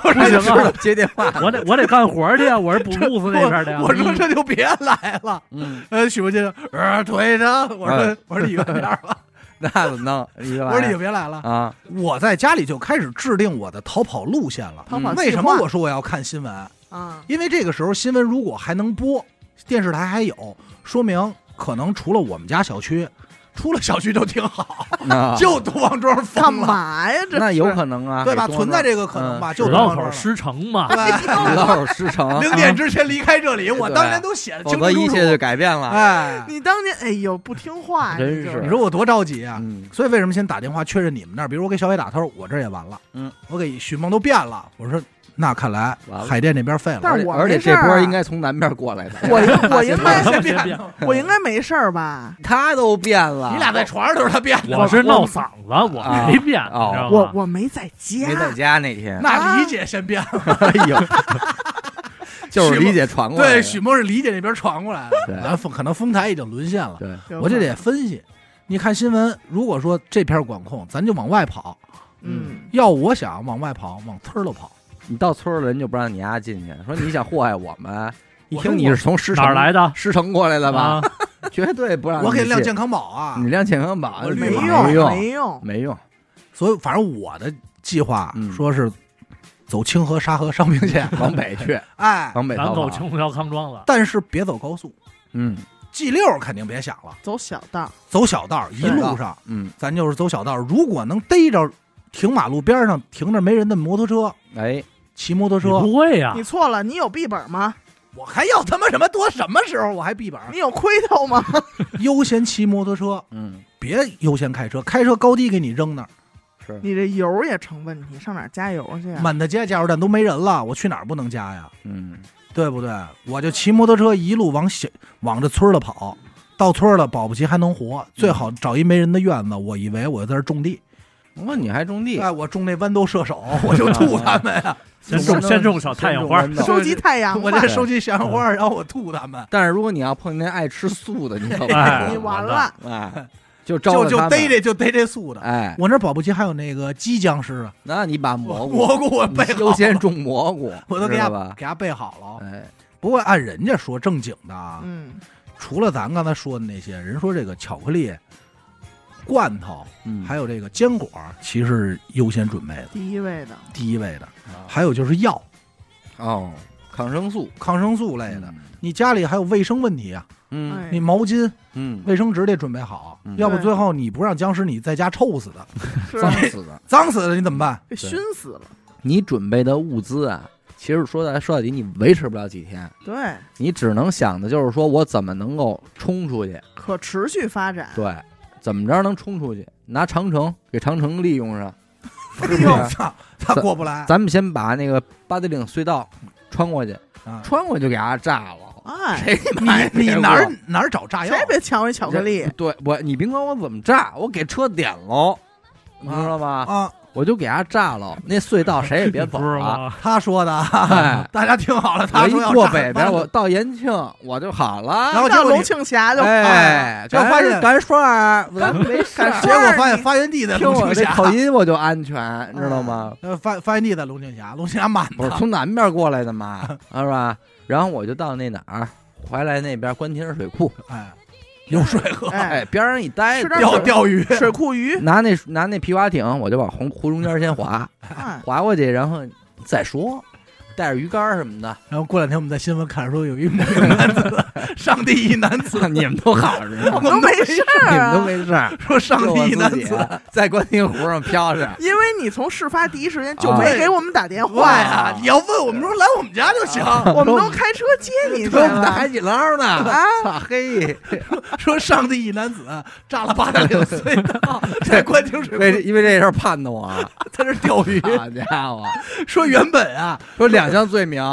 我说不 这行啊知道接电 话，我得我得干活去啊，我是补路子那边的呀。嗯我说这就别来了。嗯，呃，许墨接着，呃，腿上，我 说哎我说你远点儿吧，那怎么弄？你嗯 我来说你别来了。啊，我在家里就开始制定我的逃跑路线了。逃嗯跑啊计划为什么我说我要看新闻？啊？因为这个时候新闻如果还能播，电视台还有，说明可能除了我们家小区，出了小区就挺好，那 就杜王庄干疯了，嘛呀？这那有是可能啊，对吧？给存装上在嗯这个可能吧？就只杜道王庄了。口失 城嘛， 你对，，老有失成 啊零点之前离开这里，我当年都写的否清则清一楚切就啊楚。改变了。哎，你当年哎呦不听话，真你就是你说我多着急啊！嗯，所以为什么先打电话确认你们那儿？比如我给小伟打，他说我这儿也完了，嗯，我给许梦都变了，我说那看来完了海淀那边废了，但是我而且没事这儿啊波应该从南边过来的， 我应我应他该们先先别变，我应该没事儿吧？他都变了， 你俩在床上都是他变的，我是闹嗓子，我没变，啊你知道我吗？我没在家没，在家那天，那理解先变了。 哎呦，就是理解传过来的， 对，许梦是理解那边传过来的，对咱丰可能丰台已经沦陷了。对，有我这可得分析，你看新闻，如果说这片管控，咱就往外跑；嗯，要我想往外跑，往村儿里跑。你到村儿了人就不让你丫进去，说你想祸害我们，一我听你说我是从石城哪儿来的？石城过来的吧？啊？绝对不让我给你亮进健康宝啊你，亮健康宝我呃没绿码没用，用没用，用，没用，所以反正我的计划嗯说是走清河、沙河、商 平县，往北去，哎，往北咱逃走跑。琼瑶康庄了，但是别走高速嗯，G 六肯定别想了，走小道儿，走小道儿，一路道上嗯，咱就是走小道儿。如果能逮着停马路边儿上停着没人的摩托车，哎，骑摩托你车，不会啊呀你？错了，你有币本吗？我还要他妈什么多什么时候？我还闭本儿，你有亏头吗？ 优先骑摩托车，嗯，别优先开车，开车高低给你扔那儿，是嗯你这油儿也成问题，上哪儿加油去啊？满大街加油站都没人了，我去哪儿不能加呀？嗯，对不对？我就骑摩托车一路往小往这村儿了跑，到村儿了保不齐还能活，最好找一没人的院子。我以为我在这儿种地，我说你还种地，哎，我种那豌豆射 手，我就吐他们呀，先种先种小太阳花，先种豌豆收集太阳吧，我这收集鲜花，然后我吐他们，但是如果你要碰见爱吃素的，你可哎你不完了， 哎，就招就了就他们逮这就逮这素的。哎，我那儿保不齐还有那个鸡僵尸啊，那你把 蘑菇，蘑菇我备好了，优先种蘑菇，我都给知道他吧？给他备好了。哎，不过按人家说正经的啊，嗯，除了咱刚才说的那些人说这个巧克力、罐头，嗯还有这个坚果，其实优先准备的第一位的，第一位的，啊还有就是药、哦，抗生素抗生素类类的的。，你家里还有卫生问题啊，嗯哎你毛巾、嗯，卫生纸得准备好，嗯要不对最后你不让僵尸你在家臭死的、是啊脏死的，脏死的，你怎么办？被熏死了，你准备的物资啊，其实说到说到底，你维持不了几天，对，你只能想的就是说我怎么能够冲出去，可持续发展，对，怎么着能冲出去？拿长城给长城利用 上，哎呦，操， 他过不来咱们先把那个八达岭隧道穿过去，啊！穿过去给它炸了。哎，谁买你你这个哪儿哪儿找炸药啊谁？别抢我一巧克力这？对我，你甭管我怎么炸，我给车点喽，你知道吗？啊，我就给它炸了，那隧道谁也别 走不是了。吗？他说的啊，哎，大家听好了， 他我一说要过炸北边，八我到延庆我就好了。然后到结果龙你庆峡就哎，就发现干帅儿，咱没干干结帅果儿，发现发源地在听龙我庆这峡， 口音我就安全，知道吗？呃，发发源地在龙庆峡，龙庆峡满 不是从南边过来的嘛，是吧？然后我就到那哪儿，怀来那边官田水库，哎， 有水喝，哎哎，，边上一待吃着，点钓水钓 鱼，水库 鱼，拿那拿那皮划艇，我就往湖湖中间先划，哎，划过去，然后再说，带着鱼竿什么 的，然后过两天我们在新闻看说有一某个男 子，上帝一男 子，你们都好着呢 我，们没事你们儿都啊，没事 儿，说上就帝我一男自己 子， 在观音湖上飘着。因为你从事发第一时间就啊没给我们打电哇啊话呀，呀！啊你要问我们说来我们家就行，我们都开车接你去说我们 的海了。底捞呢，啊，操嘿！ 说上帝一男子啊炸了八达岭隧 道，啊在官厅水为库因为这事儿判的 我，好在这钓鱼，家伙！ 说原本啊，说两项罪名，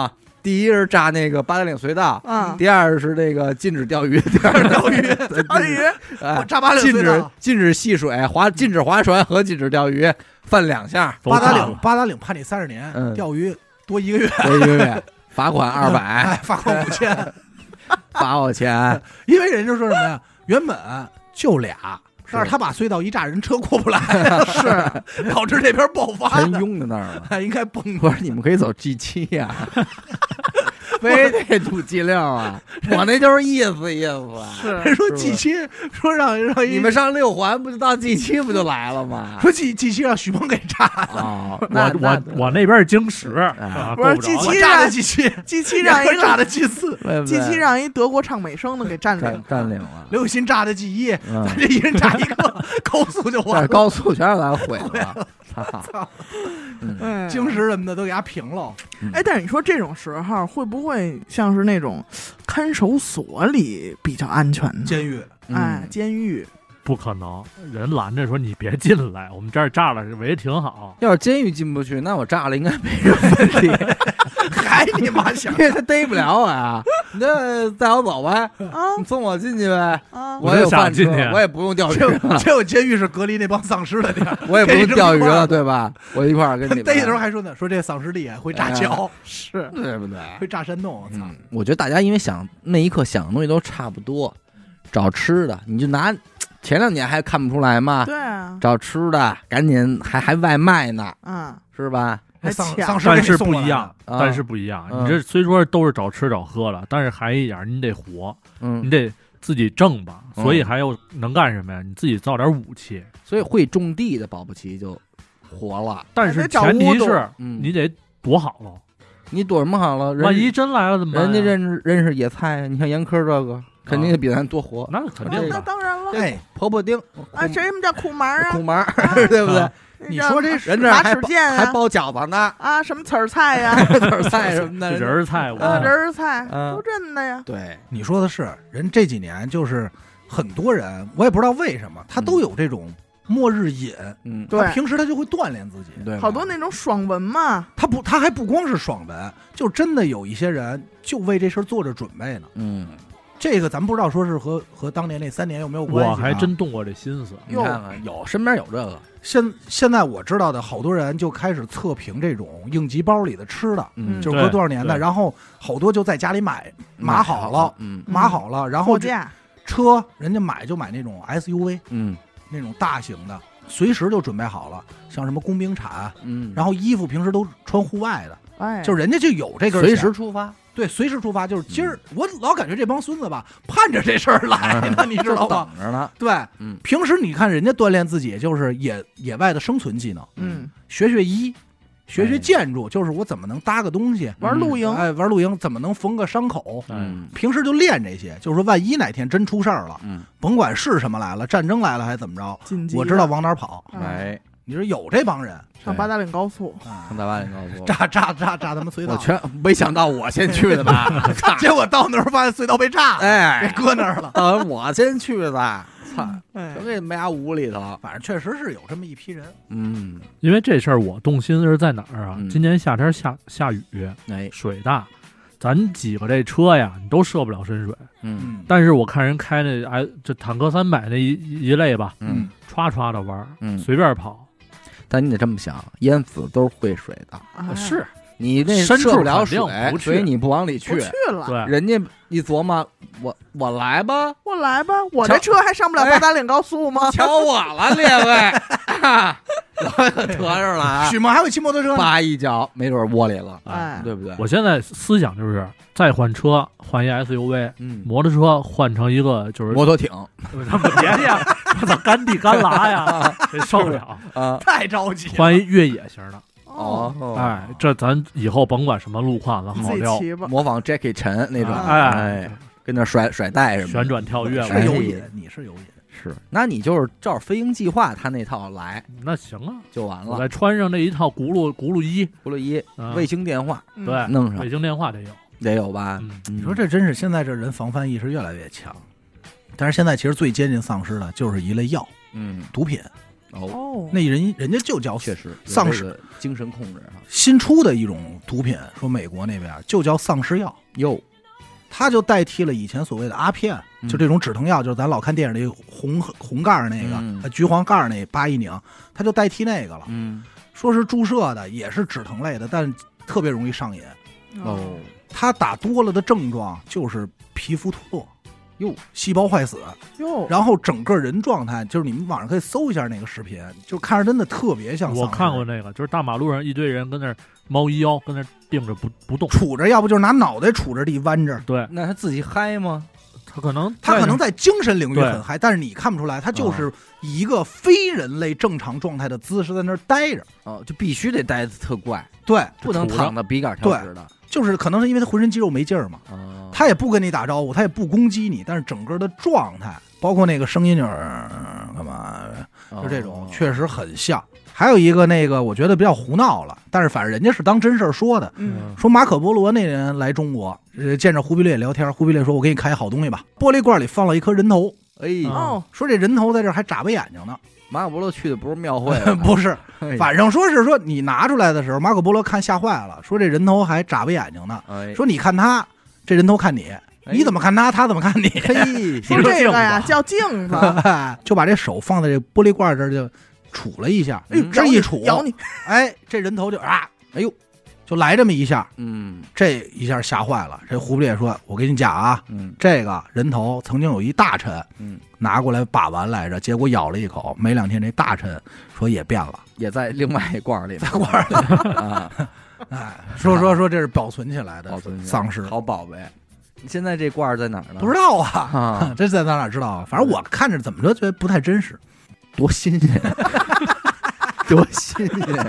第一是炸那个八达岭隧道，嗯第二是这个禁止钓鱼， 第二是钓鱼，阿宇， 哎我炸八达岭禁隧止道，禁止戏水、划禁止划船和禁止钓鱼，犯两项，走八达散岭了八达岭判你三十嗯年，钓鱼多一个月，一个月罚款二百， 哎，罚款五千。罚我钱，因为人家说什么呀？原本就俩，但是他把隧道一炸，人车过不来，是导致这边爆发全的，拥在那 儿了。哎应该崩我溃。说你们可以走 G 七呀， 非得堵 G 六啊，我那就是意思意思。人是说是季七，说让让一你们上六环不就到 G 七不就来了 吗？说季季七让许鹏给炸，哦，那我我我那边是晶石，啊不是够着季我七炸的季七， G 七让一然后炸个的季四，我 G 七让一德国唱美声的给占占领，占领了。刘雨欣炸的季一，嗯 咱这一人炸一个，高速就但完是 了。高速全让咱毁了，操！嗯，嗯，晶石什么的都给他平了，哎，但是你说这种时候会不会像是那种看守所里比较安全呢？监狱嗯哎，，监狱不可能，人拦着说你别进来，我们这儿炸了，围得挺好。要是监狱进不去，那我炸了应该没人分离， 还你妈想 因为他逮不了我啊。你这带我走呗，嗯啊你送我进去呗，啊，我也有饭吃，我就想进去我也不用钓鱼结果了，结果监狱是隔离那帮丧尸的地儿，我也不用钓鱼给你扔一块了，儿对吧？我一块儿跟你们逮的时候还说呢，说这丧尸厉害，会炸桥，是对不对？会炸山洞，我操！嗯，我觉得大家因为想那一刻想的东西都差不多，找吃的，你就拿前两年还看不出来吗？对啊，找吃的，赶紧还还外卖呢，啊，是吧？那还丧抢丧尸给但你是送不过来一样了，，啊但是不一样。嗯你这虽说都是找吃找喝了，但是还一点儿你得活，嗯你，得自己挣吧。嗯所以还有能干什么呀？你自己造点武器，所以会种地的保不齐就活了。但是前提是嗯，你得躲好了，你躲什么好了？人万一真来了怎么办人呀？家认识认识野菜，你像严科这个，肯定比咱多活。那肯那定那的，当 然了，哎，婆婆丁啊，谁们叫苦麻啊苦，麻， 对不对啊？那你叫说这人这马儿还齿包苋还啊，包饺子呢， 啊，什么籽儿菜呀，点菜什 么的。人儿菜我啊，嗯人儿菜嗯都认得呀，对，你说的是，人这几年就是很多人，我也不知道为什么，他都有这种末日瘾，嗯，对他，平时他就会锻炼自己。对吧，啊好多那种爽文嘛，他不，他还不光是爽文，就真的有一些人就为这事儿做着准备呢。嗯，这个咱不知道说是和和当年那三年有没有关系、啊我还真动过这心思。你看看有身边有这个，现现在我知道的好多人就开始测评这种应急包里的吃的，嗯，就是隔多少年的，对然后好多就在家里买码好了，，嗯嗯码好了，然后货这架，车人家买就买那种 SUV，嗯那种大型的，随时就准备好了，像什么工兵铲，嗯，然后衣服平时都穿户外的，哎，就是是人家就有这根随弦时出发，对随时出发，就是今儿我老感觉这帮孙子吧，盼着这事儿来呢，你知就道 吗？等着呢。对，嗯平时你看人家锻炼自己，就是野野外的生存技能，嗯，学学医，学哎学建筑，就是我怎么能搭个东西，玩露营，哎，玩露营怎么能缝个伤口，嗯，嗯平时就练这些，就是说万一哪天真出事儿了，嗯，甭管是什么来了，战争来了还怎么着，紧急，我知道，往哪儿跑。哎，哎，你说有这帮人上八达岭高速，啊上，大巴岭高速。炸炸炸炸他们隧道，我全没想到我先去的吧？ 结果到那儿发现隧道被炸了，哎给，搁那儿了。当然我先去的，操，哎全，给没屋里头。反正确实是有这么一批人，嗯，因为这事儿我动心是在哪儿啊？嗯今年夏天下下雨，哎，水大，咱几个这车呀，你都涉不了深水。嗯嗯，但是我看人开那哎，这坦克三百那一一类吧，嗯歘歘的玩儿，嗯，随便跑，但你得这么想，淹死都是会水的，啊是你那深处涉不了肯定水不，去所以你不往里不去去。了，对。人家一琢磨，我我来 吧，我来吧，我这车还上不了哎八达岭高速吗？瞧我了，列 位，啊哈我可得着了啊，许梦还会骑摩托车呢，叭一脚，没准窝里了，啊哎，对不对？我现在思想就是再换车，换一 SUV，嗯，摩托车换成一个就是摩托艇别 呀，我操，干地干拉呀，这受不了。啊，太着急了。换一越野型的，哦，，哎，这咱以后甭管什么路哦况，咱你好自己聊，骑吧。模仿 Jackie 陈那种，哎哎，跟那甩甩带什么的旋转跳跃哎是了，有瘾，你是有瘾。是，那你就是照飞鹰计划他那套来那行啊，就完我了。再穿上这一套轱辘轱辘衣，除了一嗯卫星电话嗯对，弄上北京电话得有，得有吧？嗯，你你说这真是现在这人防范意识越来越强，但是现在其实最接近丧尸的就是一类药嗯毒品，哦，哦，那人人家就叫确实有丧这个精神控制哈新出的一种毒品，说美国那边就叫丧尸药，哟，它就代替了以前所谓的阿片，嗯就这种止疼药，就是咱老看电影里红红盖儿那个、嗯呃橘黄盖儿那八一拧，它就代替那个了。嗯说是注射的，也是止疼类的，但特别容易上瘾。哦，它打多了的症状就是皮肤脱落，哟，细胞坏死，哟，然后整个人状态就是你们网上可以搜一下那个视频，就看着真的特别像丧尸。我看过那个，就是大马路上一堆人跟那儿猫一腰，跟那儿定着不不动，杵着，要不就是拿脑袋杵着地弯着。对那他自己嗨吗？他可能他可能在在精神领域对啊很嗨，但是你看不出来，他就是以一个非人类正常状态的姿势在那儿待着。哦，就必须得待的特怪，对，不能杵着躺的笔杆挑直的。就是可能是因为他浑身肌肉没劲儿嘛，啊哦他也不跟你打招呼，他也不攻击你，但是整个的状态，包括那个声音就是呃干嘛，啊哦就这种，确实很像。还有一个那个，我觉得比较胡闹了，但是反正人家是当真事儿说的，嗯，说马可波罗那人来中国，呃，见着忽必烈聊天，忽必烈说：“我给你开好东西吧。”玻璃罐里放了一颗人头，嗯哎，哦，说这人头在这儿还眨巴眼睛呢。 马可波罗去的不是庙 会吧，不是，哎，反正说是说你拿出来的时候，马可波罗看吓坏了，说这人头还眨巴眼睛呢，哎说你看他，这人头看你，你怎么看他，他怎么看 你，哎嗯哎嘿？说这个呀 叫镜子，就把这手放在这玻璃罐这儿就杵了一下，哎呦，嗯这一杵，咬你，哎，这人头就啊，哎呦，就来这么一下，嗯这一下吓坏了。这忽必烈说：“我跟你讲啊，嗯这个人头曾经有一大臣嗯，拿过来把玩来着，结果咬了一口，没两天这大臣说也变了，也在另外一罐儿里，在罐 儿里啊，哎，说说说这是保存起来的保存起来丧尸，好宝贝。现在这罐儿在哪儿呢？不知道啊。”啊，这在咱哪知道啊？反正嗯我看着怎么着觉得不太真实， 多新 鲜，多新鲜！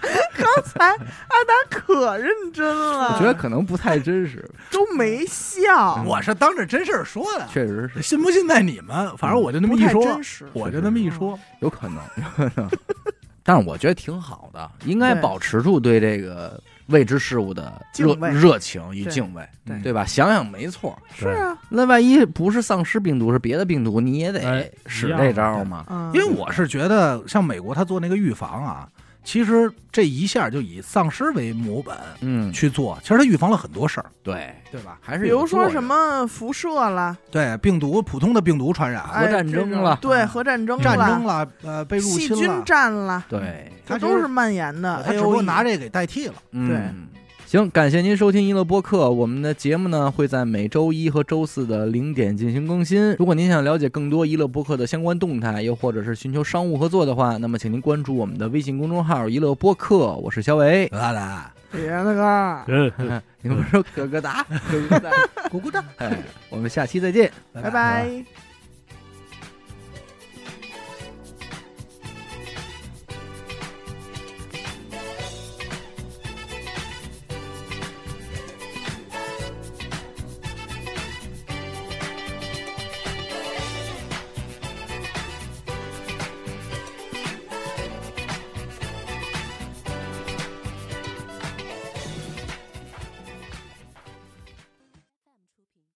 刚才阿达可认真了，我觉得可能不太真实，都没笑，我是当着真事儿说啊的，确实是信不信在你们，反正我就那么不一太说，真实。我就那么一说，有可能，有可能。 但是我觉得挺好的，应该对保持住对这个未知事物的热敬畏热情与嗯对敬畏，嗯对对吧？想想没错，是啊，那万一不是丧尸病毒，是别的病毒，你也得哎使一样这招嘛。嗯，因为我是觉得像美国他做那个预防啊，其实这一下就以丧尸为模本嗯，去做，其实他预防了很多事儿，对，对吧？还是比有如说作什用么辐射啦，对，病毒普通的病毒传染、核哎战这争种了对，核战争嗯战争了，了，呃，被入细侵菌了，战哎了，对，他其这实都是蔓延的。E 他只不过拿这给代替了。嗯，行，感谢您收听一乐播客。我们的节目呢会在每周一和周四的零点进行更新。如果您想了解更多一乐播客的相关动态，又或者是寻求商务合作的话，那么请您关注我们的微信公众号“一乐播客”。我是小 伟，来来，别那个。嗯，你们说咯咯哒，咯咯哒，咕咕哒。哎，我们下期再见。拜拜。